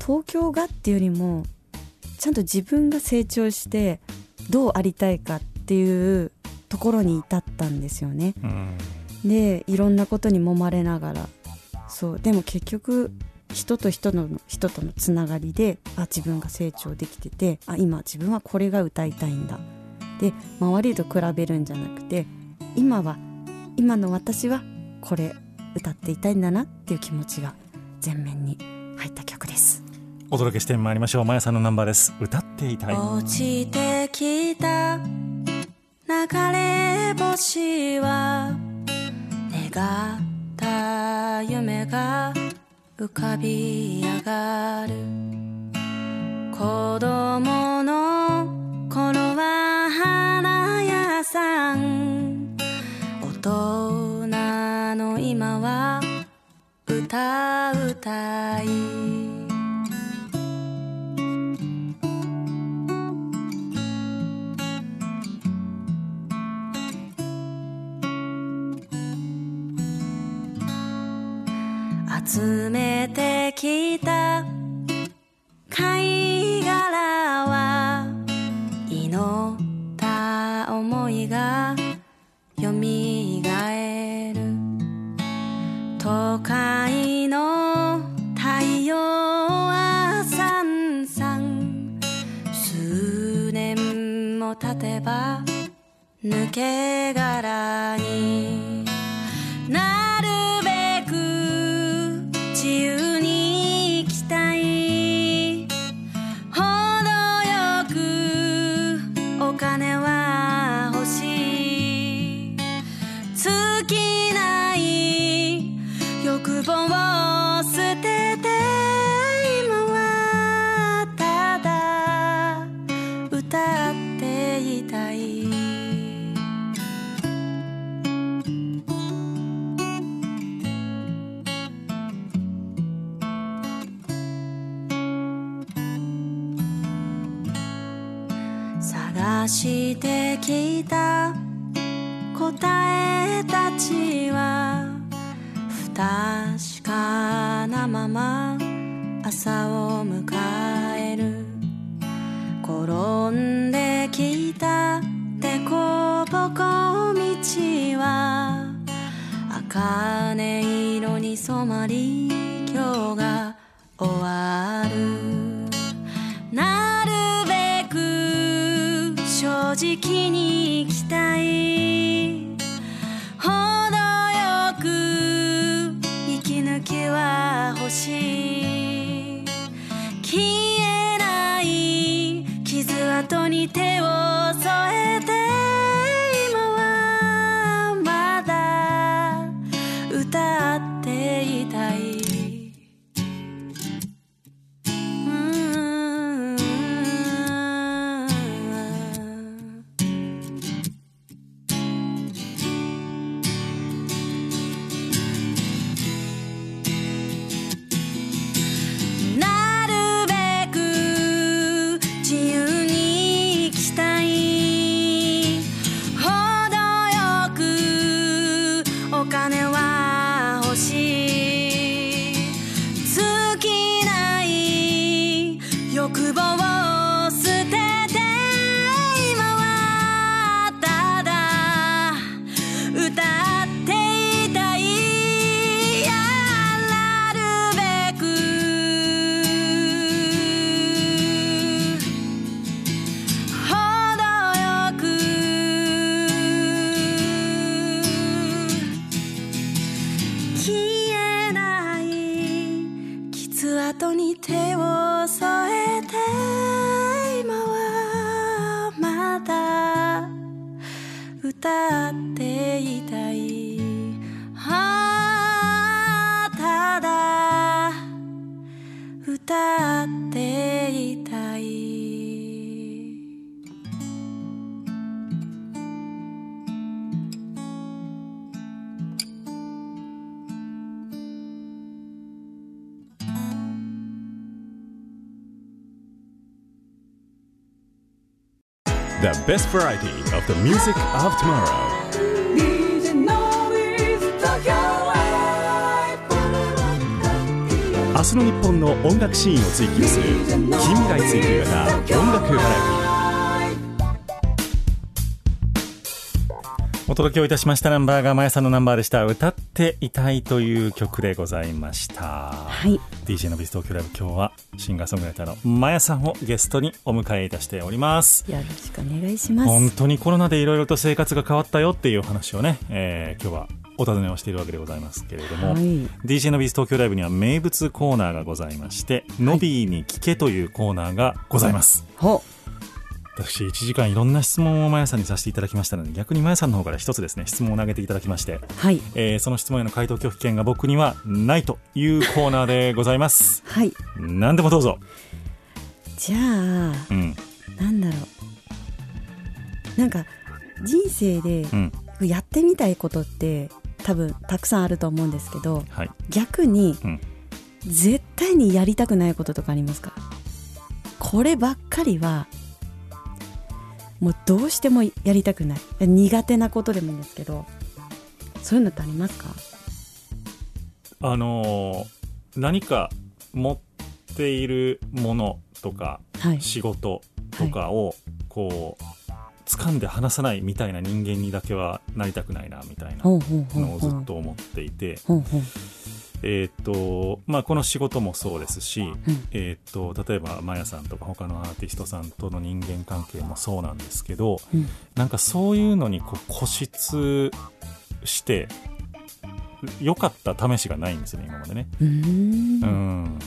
東京がっていうよりもちゃんと自分が成長してどうありたいかっていうところに至ったんですよね。うんでいろんなことに揉まれながらそうでも結局人と人の人とのつながりであ自分が成長できててあ今自分はこれが歌いたいんだで周りと比べるんじゃなくて今は今の私はこれ歌っていたいんだなっていう気持ちが前面に入った曲です。お届けしてまいりましょうマヤさんのナンバーです歌っていたい落ちてきた流れ星は願った夢が浮かび上がる子供の頃は花屋さん大人の今は歌うたい集めてきた貝殻は祈った思いが蘇る都会の太陽はさんさん数年も経てば抜け殻になるべく自由に生きたい程よくお金は欲しい尽きない欲望を捨てて今はただ歌っていたい探してきた答えたちは不確かなまま朝を迎える転んできたでこぼこ道は金色に染まり今日が終わるなるべく正直に生きたい程よく息抜きは欲しい消えない傷跡に手を添えて今はまだ歌っていたいうんなるべく自由に生きたい程よくお金は欲しい尽きない欲望を捨てて今はただ歌っていたいやなるべく程よく消えない傷跡に手を添えて今はまだ歌っていたいああただ歌っていたい The best variety of the music of tomorrow. DJ Nobis Tokyo Live 明日の日本の音楽シーンを追求する近未来追求型音楽バラお届けをいたしましたナンバーがまやさんのナンバーでした歌っていたいという曲でございました、はい、 DJ のビス東京ライブ今日はシンガーソングライターのまやさんをゲストにお迎えいたしておりますよろしくお願いしま本す。当にコロナでいろいろと生活が変わったよっていうお話をね、えー今日はお尋ねをしているわけでございますけれども、はい DJ のビーズ東京ライブには名物コーナーがございまして、ノビーに聞けというコーナーがございます。ほ私1時間いろんな質問をまやさんにさせていただきましたので、逆にまやさんの方から一つですね、質問を投げていただきまして、うはい、えーその質問への回答拒否権が僕にはないというコーナーでございます。はい、何でもどうぞ。じゃあ、うん、なんだろう。なんか、人生でうん、やってみたいことって、多分たくさんあると思うんですけど、はい。逆に、うん絶対にやりたくないこととかありますかこればっかりはもうどうしてもやりたくない苦手なことでもいいんですけどそういうのってありますかあのー何か持っているものとかはい仕事とかをこう掴んで離さないみたいな人間にだけはなりたくないなみたいなほうほうほうのをほずうっと思っていて、ほうほうえーっとまあ、この仕事もそうですし、うんえーっと例えばマヤさんとか他のアーティストさんとの人間関係もそうなんですけど、うんなんかそういうのにこう固執して良かった試しがないんですよね今までね。うーんうん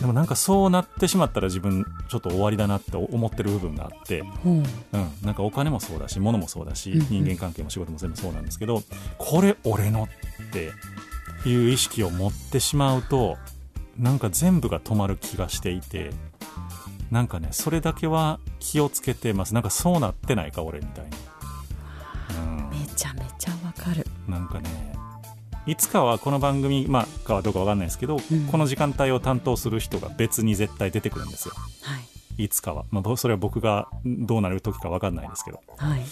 でもなんかそうなってしまったら自分ちょっと終わりだなって思ってる部分があって、ほううん、なんかお金もそうだし物もそうだしうんうん人間関係も仕事も全部そうなんですけどこれ俺のっていう意識を持ってしまうとなんか全部が止まる気がしていてなんかねそれだけは気をつけてますなんかそうなってないか俺みたいな。うんめちゃめちゃわかるなんかねいつかはこの番組、まあ、かはどうかわかんないですけど、うんこの時間帯を担当する人が別に絶対出てくるんですよはいいつかは、まあぼ、それは僕がどうなる時かわかんないですけどはい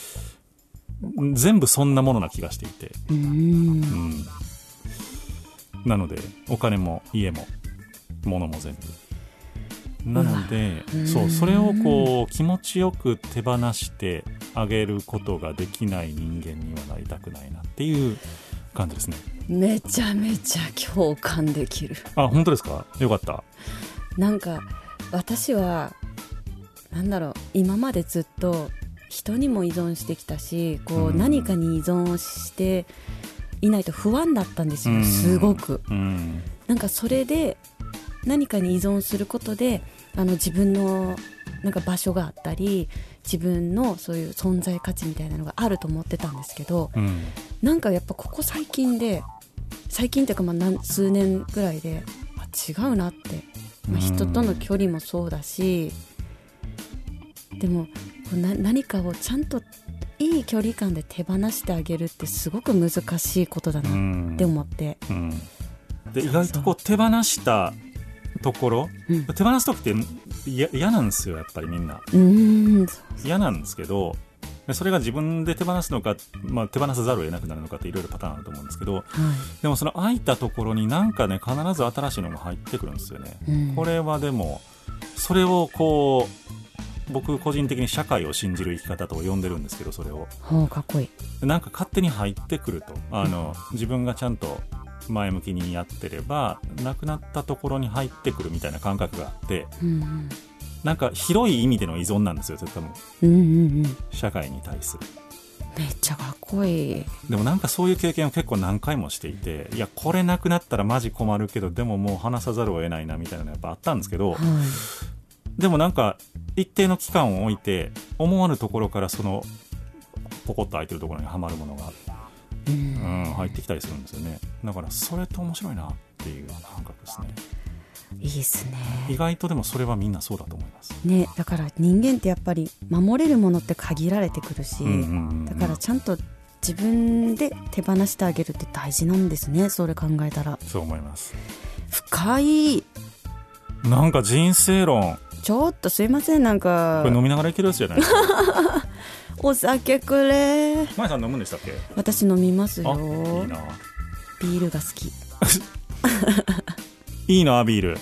全部そんなものな気がしていて、うーんうん、なのでお金も家も物も全部なのでうわそううんそれをこう気持ちよく手放してあげることができない人間にはなりたくないなっていう感じですねめちゃめちゃ共感できるあ本当ですかよかったなんか私はなんだろう今までずっと人にも依存してきたしこううん何かに依存をしていないと不安だったんですうよんすごくうんなんかそれで何かに依存することであの自分のなんか場所があったり自分のそういう存在価値みたいなのがあると思ってたんですけどうんなんかやっぱここ最近で最近というかまあ何数年ぐらいであ違うなって、まあ、うん人との距離もそうだしでもこうな何かをちゃんといい距離感で手放してあげるってすごく難しいことだうなっんて思って、うんで意外とこう手放したところ、うん手放す時っていや嫌なんですよやっぱりみんなうーん嫌なんですけどでそれが自分で手放すのか、まあ、手放さざるを得なくなるのかっていろいろパターンあると思うんですけどはでもその空いたところになんかね必ず新しいのが入ってくるんですよね、い、うんこれはでもそれをこう僕個人的に社会を信じる生き方と呼んでるんですけどそれをほうかっこいいなんか勝手に入ってくるとあの自分がちゃんと前向きにやってればなくなったところに入ってくるみたいな感覚があってうんなんか広い意味での依存なんですよ多分うんうんうんうんめっ社会に対するちゃかっこいいでもなんかそういう経験を結構何回もしていていやこれなくなったらマジ困るけどでももう話さざるを得ないなみたいなのやっぱあったんですけどはいでもなんか一定の期間を置いて思わぬところからそのポコッと開いてるところにはまるものが、うん入ってきたりするんですよねだからそれって面白いなっていう感覚ですねいいっすね意外とでもそれはみんなそうだと思います、ねだから人間ってやっぱり守れるものって限られてくるし、うんうんうんうんだからちゃんと自分で手放してあげるって大事なんですねそれ考えたらそう思います深いなんか人生論ちょっとすいませんなんこれか飲みながらいけるやつじゃない ですかお酒くれまえさん飲むんでしたっけ私飲みますあよいいなビールが好きいいなビール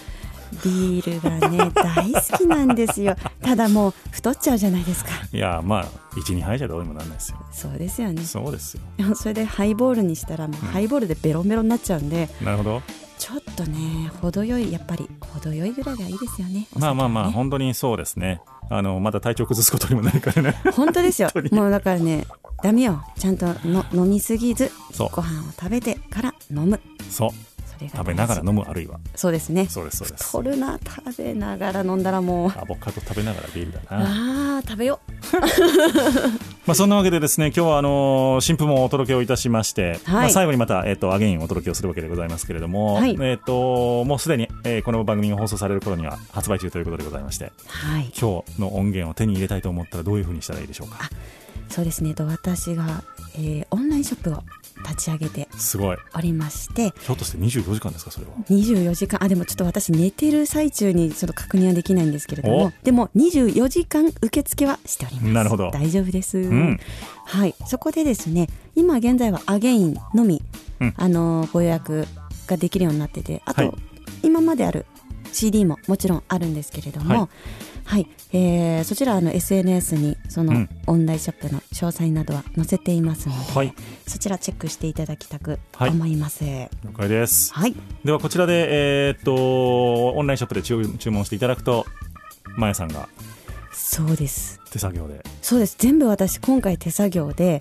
ビールがね 大好きなんですよただもう太っちゃうじゃないですかいやまあ12杯じゃどうにもなんないですよそうですよねそうですよそれでハイボールにしたらもうハイボールでベロンベロンになっちゃうんでなるほどちょっとね程よいやっぱり程よいぐらいがいいですよねまあまあまあお酒はね本当にそうですねあのまだ体調崩すことにもないからね 本当ですよ本当にもうだからねダメよちゃんとの飲みすぎずそうご飯を食べてから飲むそうそれが大事食べながら飲むあるいはそうですねそうですそうです取るな食べながら飲んだらもうアボカド食べながらビールだなあー食べよまあそんなわけでですね今日はあのー新婦もお届けをいたしまして、はいまあ、最後にまた、えっとアゲインお届けをするわけでございますけれども、はいえっともうすでに、えーこの番組が放送される頃には発売中ということでございましてはい今日の音源を手に入れたいと思ったらどういうふうにしたらいいでしょうかそうですねえっと私が、えーオンラインショップを立ち上げてすごいおりましてひょっとして24時間ですかそれは24時間あでもちょっと私寝てる最中にちょっと確認はできないんですけれどもでも24時間受付はしておりますなるほど大丈夫です、んはいそこでですね今現在はアゲインのみ、うんあのご予約ができるようになっててあと、はい今まである CD ももちろんあるんですけれども、ははいえーそちらはあの SNS にその、うんオンラインショップの詳細などは載せていますので、はいそちらチェックしていただきたくはい思います。はい了解ですではこちらで、えーっとオンラインショップで注注文していただくとまやさんがそうです手作業でそうです全部私今回手作業で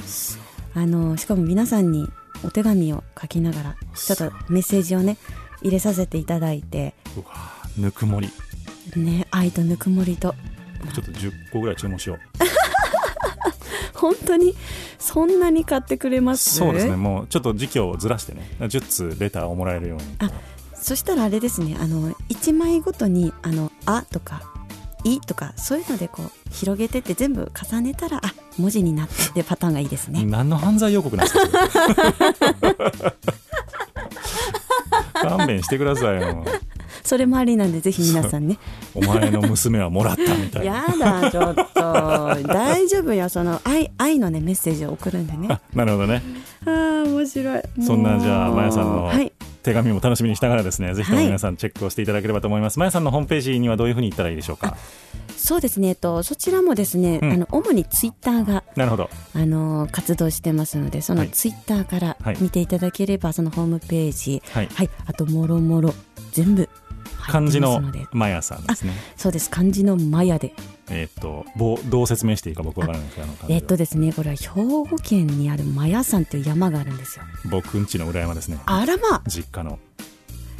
あのしかも皆さんにお手紙を書きながらちょっとメッセージをね入れさせていただいてうわーぬくもりね愛とぬくもりとちょっと10個ぐらい注文しよ本当にそんなに買ってくれうますそうですねもうちょっと時期をずらしてね10通レターをもらえるようにあそしたらあれですねあの1枚ごとにあの「あ」とか「い」とかそういうのでこう広げてって全部重ねたらあ文字になってってパターンがいいですね何の犯罪予告なんですかそれ勘弁してくださいよそれもありなんでぜひ皆さんねお前の娘はもらったみたいなやだちょっ と大丈夫よその愛愛のねメッセージを送るんでねなるほどねあー面白いもうそんなじゃあまやさんのはい手紙も楽しみにしながらですね、ぜひともはい皆さんチェックをしていただければと思います。まやさんのホームページにはどういうふうに行ったらいいでしょうか。そうですね、えっと、そちらもですね、うんあの主にツイッターがなるほど。あの活動してますのでそはのいツイッターからはい見ていただければ、そのホームページ、はいはい、あともろもろ全部入漢って字ますののでまやさんですね。そうです漢字のマヤでえーっと、ぼどう説明していいか僕わからないですけど、あの漢字えはっとですねこれは兵庫県にあるマヤ山という山があるんですよ僕んちの裏山ですね。あらま実家の。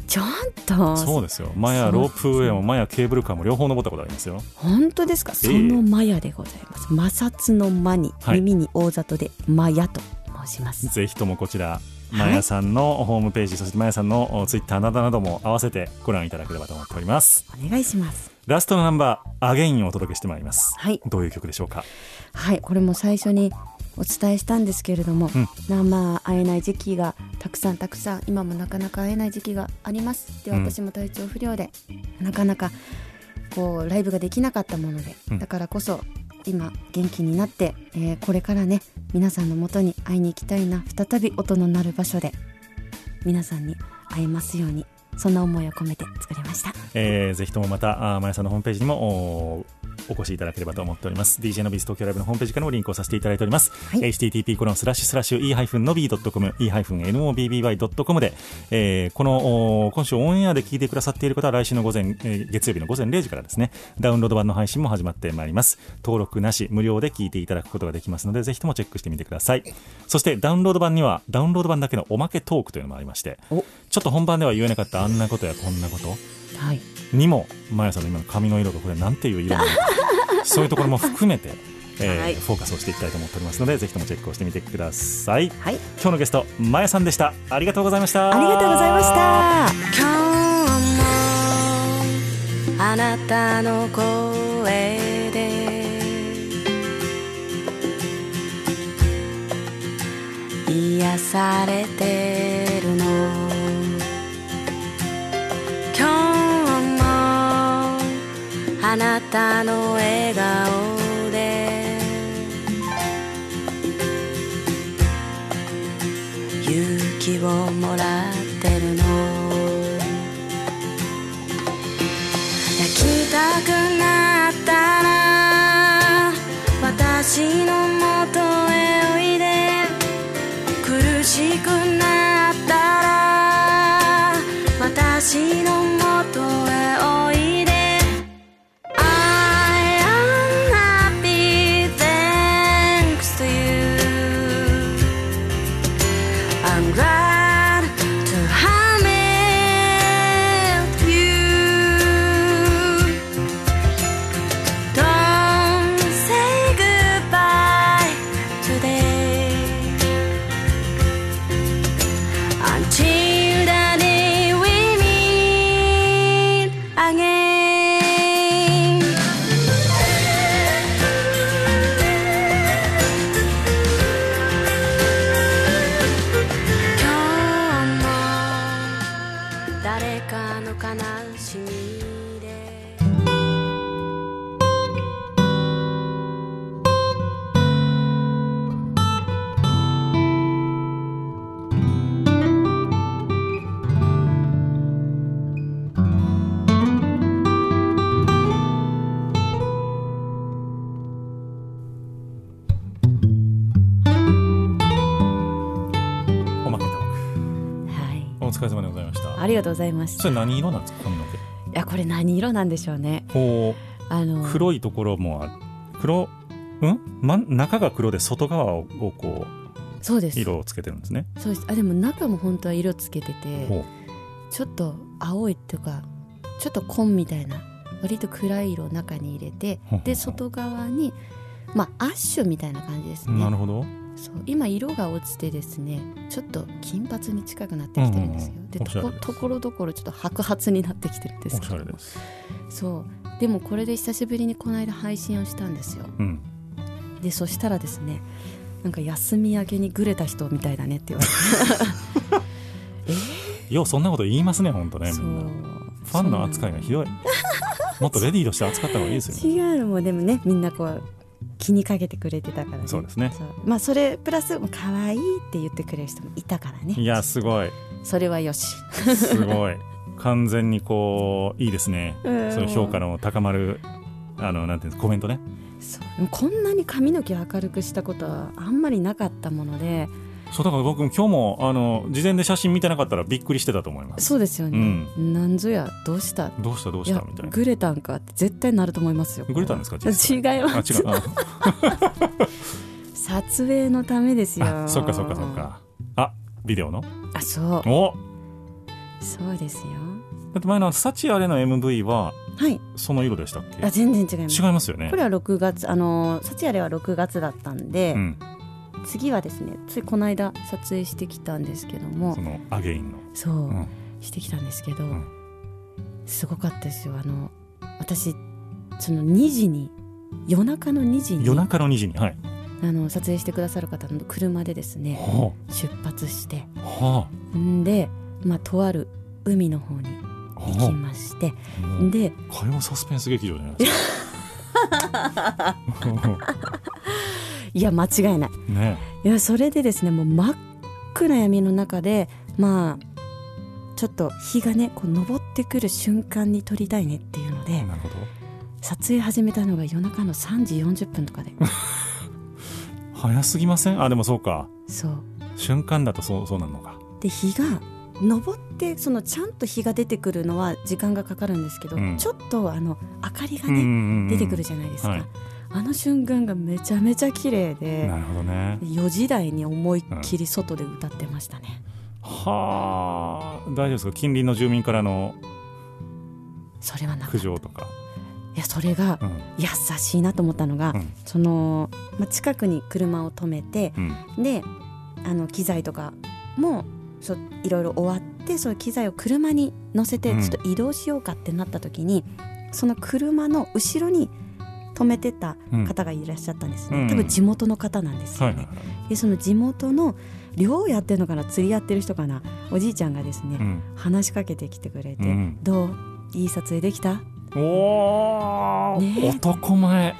ちょっとそうですよ。マヤそうロープウェイもマヤケーブルカーも両方登ったことありますよ。本当ですかそのマヤでございます摩擦の間に、はい耳に大里でマヤと申しますぜひともこちら、まやさんのホームページ、そしてまやさんのツイッターなどなども合わせてご覧いただければと思っております。お願いしますラストのナンバー、アゲインをお届けしてまいります。はいどういう曲でしょうか。はい、これも最初にお伝えしたんですけれども、うんなまあ会えない時期がたくさんたくさん今もなかなか会えない時期がありますでうん私も体調不良で、なかなかこうライブができなかったもので、うんだからこそ今元気になって、えーこれからね皆さんのもとに会いに行きたいな再び音のなる場所で皆さんに会えますようにそんな思いを込めて作りましたえーぜひともまた、あーまやさんのホームページにもおお越しいただければと思っております。DJ のビーズ東京ライブのホームページからもリンクをさせていただいております。い http コロンスラッシュスラッシュ e-nobby.com e-nobby.com で、えーこのお今週オンエアで聞いてくださっている方は来週の午前、えー月曜日の午前0時からですね、ダウンロード版の配信も始まってまいります。登録なし、無料で聞いていただくことができますので、ぜひともチェックしてみてください。そしてダウンロード版には、ダウンロード版だけのおまけトークというのもありまして、ちょっと本番では言えなかったあんなことやこんなこと、はいにも、まやさんの今の髪の色がこれなんていう色なのか そういうところも含めて、えーはいフォーカスをしていきたいと思っておりますのでぜひともチェックをしてみてくださいはい今日のゲストまやさんでしたありがとうございましたありがとうございました今日もあなたの声で癒されてるの今日もあなたの笑顔で勇気をもらってるの泣きたくなったら私の元へおいで苦しくなったら私の元へおいで I am happy thanks to you I'm glad to have met you. Don't say goodbye today until the day we meet again.「今日も誰かの悲しみで」おまけトーはいクお疲れ様でございましたありがとうございましそたれ何色なんですか髪の毛いやこれ何色なんでしょうねこあのう黒いところもある黒うん、ま、中が黒で外側ををこそうでうす色をつけてるんですねそうですあでも中も本当は色つけててほちょっと青いっていうかちょっと紺みたいな割と暗い色を中に入れてほうで外側にまあアッシュみたいな感じですうねなるほどそう今色が落ちてですねちょっと金髪に近くなってきてるんですよ、うんうんうんでおしゃとれこですところどころちょっと白髪になってきてるんですおけしゃどれですそうでもこれで久しぶりにこの間配信をしたんですようんでそしたらですねなんか休み明けにぐれた人みたいだねって言われてようそんなこと言いますね本当ねみんなファンの扱いがひどいもっとレディーとして扱った方がいいですよね違うもでもねみんなこう気にかけてくれてたからねそうですねそうまあそれプラス可愛いって言ってくれる人もいたからねいやすごいそれはよしすごい完全にこういいですねそうんの評価の高まるあのなんていうんですかコメントねそうでもこんなに髪の毛を明るくしたことはあんまりなかったものでそうだから僕も今日もあの事前で写真見てなかったらびっくりしてたと思いますそうですよね、なんぞやどうしたどうしたどういしたやみたいなグレたんかって絶対なると思いますよグレたんですか実際違いあま違すうあ撮影のためですよあ そっかそっかそっかあビデオのあそうおそうですよだって前の「サチアレ」の MV ははいその色でしたっあけ全然違います違いますよねこれは6月あのーサチアレは6月だったんで、うん、次はですねついこの間撮影してきたんですけどもそのアゲインの、そう、うんしてきたんですけど、んすごかったですよあの私その2時に夜中の2時に夜中の2時にはいあの撮影してくださる方の車でですねは出発してあはんで、まあ、とある海の方にあ行はきましてあもうで火曜サスペンス劇場じゃないです かいや間違いないねいやそれでですねもう真っ暗闇の中でまあちょっと日がねこう昇ってくる瞬間に撮りたいねっていうのでなるほど撮影始めたのが夜中の3時40分とかで早すぎませんあでもそうかそう瞬間だとそうそうなのかで日が昇ってそのちゃんと日が出てくるのは時間がかかるんですけど、うんちょっとあの明かりがうんうね、んうん出てくるじゃないですか、はいあの瞬間がめちゃめちゃ綺麗でなるほどね4時台に思いっきり外で歌ってましたね、はあ大丈夫ですか近隣の住民からのそれはなか苦ったい情とか、やそれがうん優しいなと思ったのが、うんその、まあ、近くに車を止めてうん、であの機材とかもそういろいろ終わってそういう機材を車に乗せてうんちょっと移動しようかってなった時に、その車の後ろに止めてたうん方がいらっしゃったんですね、うん多分地元の方なんですはよいね、はいはい、でその地元の漁をやってるのかな釣りやってる人かなおじいちゃんがですね、うん、話しかけてきてくれて「うんどういい撮影できた?おお、ねえ男前」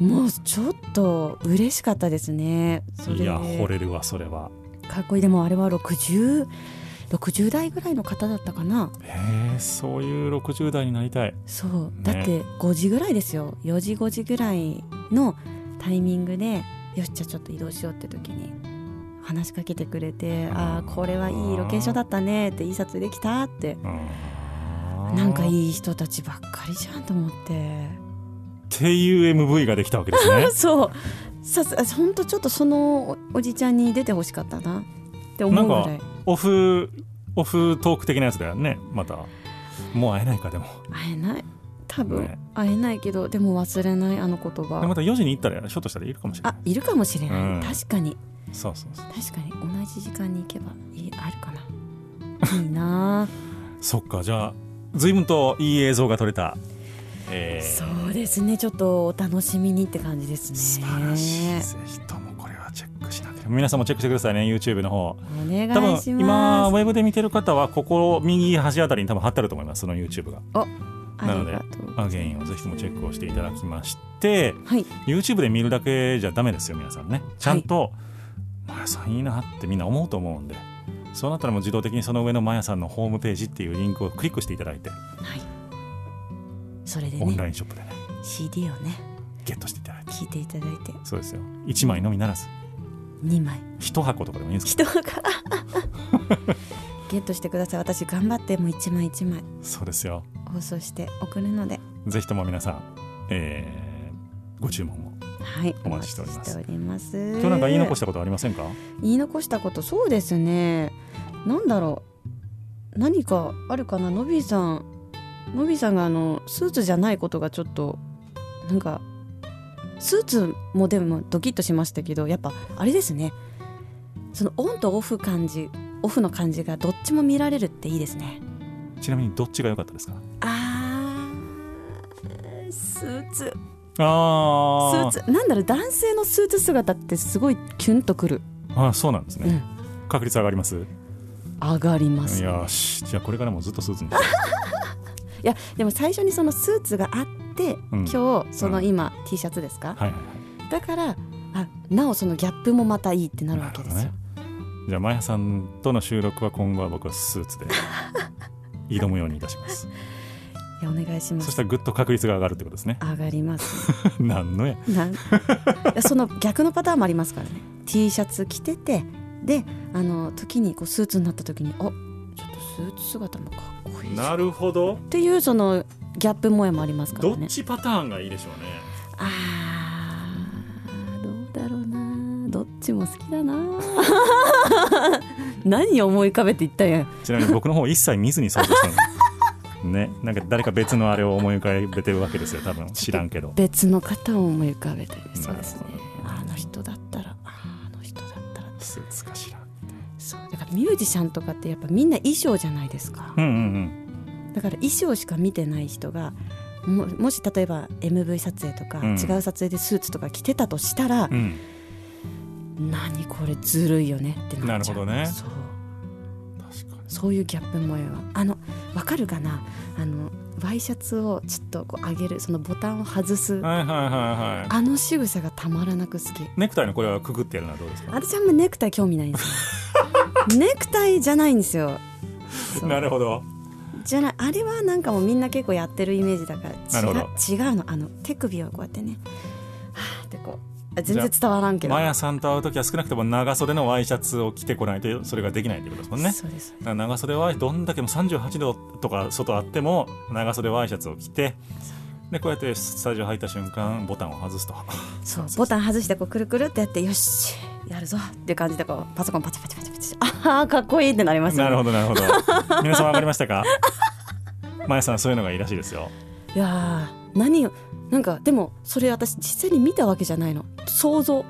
もうちょっと嬉しかったですねそれいや惚れるわそれはかっこいいでもあれは6060代ぐらいの方だったかなへえそういう60代になりたいそうねだって5時ぐらいですよ4時5時ぐらいのタイミングでよしじゃあちょっと移動しようって時に話しかけてくれて「ああこれはいいロケーションだったね」って「いい撮影できた?」ってななんかっいい人たちばっかりじゃんと思ってていう MV ができたわけですねそうさすほんとちょっとそのおおじちゃんに出てほしかったなって思うぐらないんオフオフトーク的なやつだよねまたもう会えないかでも会えない多分、ね会えないけどでも忘れないあの言で葉また4時に行ったらひょっとしたらいるかもしれないあいるかもしれない、うん確かにそうそうそう確かに同じ時間に行けばいいあるか ないいなあそっかじゃあ随分といい映像が撮れたえーそうですねちょっとお楽しみにって感じですね素晴らしいぜひともこれはチェックしなければ皆さんもチェックしてくださいね YouTube の方お願い多分し今ウますェブで見てる方はここ右端あたりに多分貼ってあると思いますその YouTube がなのでありがとうアゲインをぜひともチェックをしていただきましてはい YouTube で見るだけじゃダメですよ皆さんねちゃんとマヤさんいいなってみんな思うと思うんでそうなったらもう自動的にその上のマヤさんのホームページっていうリンクをクリックしていただいてはいそれでオンラねインショップでね CD をねゲットしていただいて聞いていただいてそうですよ1枚のみならず2枚1箱とかでもいいんですか 人がゲットしてください私頑張ってもう一枚一枚そうですよ放送して送るのでぜひとも皆さん、えーご注文をはいお待ちしておりますお待ちしております今今日なんか言い残したことありませんか、言い残したことそうですねなんだろう何かあるかなのびーさんのびーさんがあのスーツじゃないことがちょっとなんかスーツもでもドキッとしましたけどやっぱあれですねそのオンとオフ感じオフの感じがどっちも見られるっていいですねちなみにどっちが良かったですかあースーツスあーツなんだろう男性のスーツ姿ってすごいキュンとくるあそうなんですね、確率上がりますい上がりますねやーしじゃあこれからもずっとスーツにしていやでも最初にそのスーツがあって、うん今日そうのん今、T シャツですかはいはいはいだからあなおそのギャップもまたいいってなるわけですよ、じゃあマヤさんとの収録は今後は僕はスーツ で挑むようにいたしますいやお願いしまそしすたらぐっと確率が上がるってことです ね上がりますなんのやなんいやその逆のパターンもありますからね T シャツ着ててであの時にこうスーツになった時にあちょっとスーツ姿もかっこいいしっるほどていうそのギャップ萌えもありますからねちパターンがいいでしょうねあーどうだろうなどっちも好きだな 何を思い浮かべて言ったんやちなみに僕の方一切見ずに想像したの ねなんか誰か別のあれを思い浮かべてるわけですよ多分知らんけど別の方を思い浮かべてそうですねなるほどあの人だったらあの人だったらスーツかしらそうだからミュージシャンとかってやっぱみんな衣装じゃないですかうんうんだから衣装しか見てない人がももし例えば MV 撮影とか、うん違う撮影でスーツとか着てたとしたらう、ん何これずるいよねってなっちゃなるほどうねそううん確かそういうギャップ萌えはあのわかるかなあのワイシャツをちょっとこう上げるそのボタンを外す、にはいはいはいはあの仕草がたまらなく好きいネクタイのこれはくぐってやるのはどうですか私あんまネクタイ興味ないんですよ ネクタイじゃないんですよそうなるほどじゃないあれはなんかもうみんな結構やってるイメージだからなるほど違う違うのあの手首をこうやってねはあってこうあ全然伝わらんけどマヤさんと会う時は少なくとも長袖のワイシャツを着てこないとそれができないってことですもんねそうですだから長袖はどんだけも38度とか外あっても長袖ワイシャツを着てでこうやってスタジオ入った瞬間ボタンを外すとそうボタン外してこうくるくるってやってよしやるぞっていう感じでこうパソコンパチパチパチパチああかっこいいってなりますよなるねほどなるほ ど皆さん分かりましたかマヤさんそういうのがいいらしいですよいやー何をなんかでもそれ私実際に見たわけじゃないの想像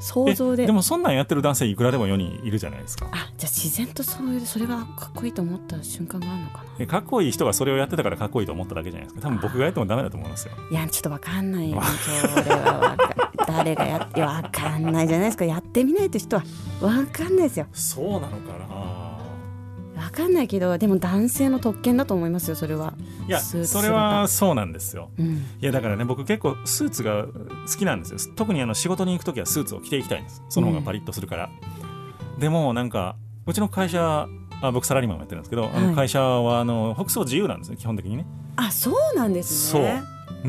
想像でえでもそんなんやってる男性いくらでも世にいるじゃないですかあじゃあ自然とそういうそれがかっこいいと思った瞬間があるのかなえかっこいい人がそれをやってたからかっこいいと思っただけじゃないですか多分僕がやってもダメだと思いますよいやちょっとわかんないよそれはわか誰がやってわかんないじゃないですかやってみないと人はわかんないですよそうなのかなわかんないけどでも男性の特権だと思いますよそれはいやスーツそれはそうなんですよ姿うんいやだからね僕結構スーツが好きなんですよ特にあの仕事に行く時はスーツを着ていきたいんですその方がパリッとするから、でもなんかうちの会社あ僕サラリーマンもやってるんですけど、あはのい会社はあの北総自由なんですね基本的にねあそうなんですそうね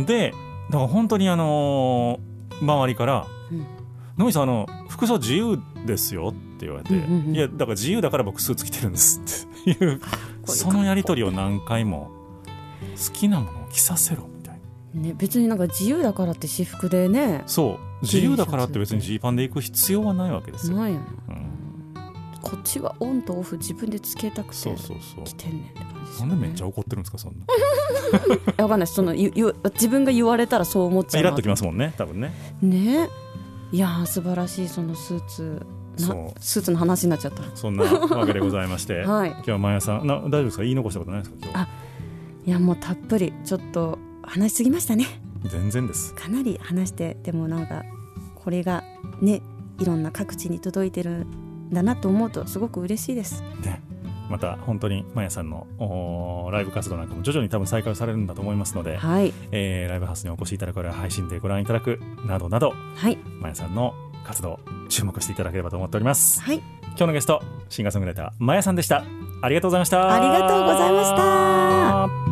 でだから本当にあのー周りからうん「野、口、さんあの服装自由ですよ」って言われて、うんうんうんいやだから自由だから僕スーツ着てるんです」っていうこいいそのやり取りを何回も「好きなものを着させろ」みたいな。ね別になんか自由だからって私服でねそう自由だからって別にジーパンで行く必要はないわけですよ、ないよねうん、こっちはオンとオフ自分でつけたくてそうそうそう来てんねんって感じすなよんねでめっちゃ怒ってるんですかそんなえわかんないそのゆゆ自分が言われたらそう思っちゃうイなラっときますもんね多分ねねいやー素晴らしいそのスーツなそうスーツの話になっちゃったそんなわけでございまして、はい 今日はマヤさんな大丈夫ですか言い残したことないですか今あいやもうたっぷりちょっと話しすぎましたね日全然ですかなり話してでもなんかこれがねいろんな各地に届いてるんだなと思うとすごく嬉しいですねまた本当にマヤさんのおーライブ活動なんかも徐々に多分再開されるんだと思いますので、はいえーライブハウスにお越しいただくから配信でご覧いただくなどなどはいマヤさんの活動注目していただければと思っておりますはい今日のゲストシンガーソングライターマヤさんでしたありがとうございましたありがとうございました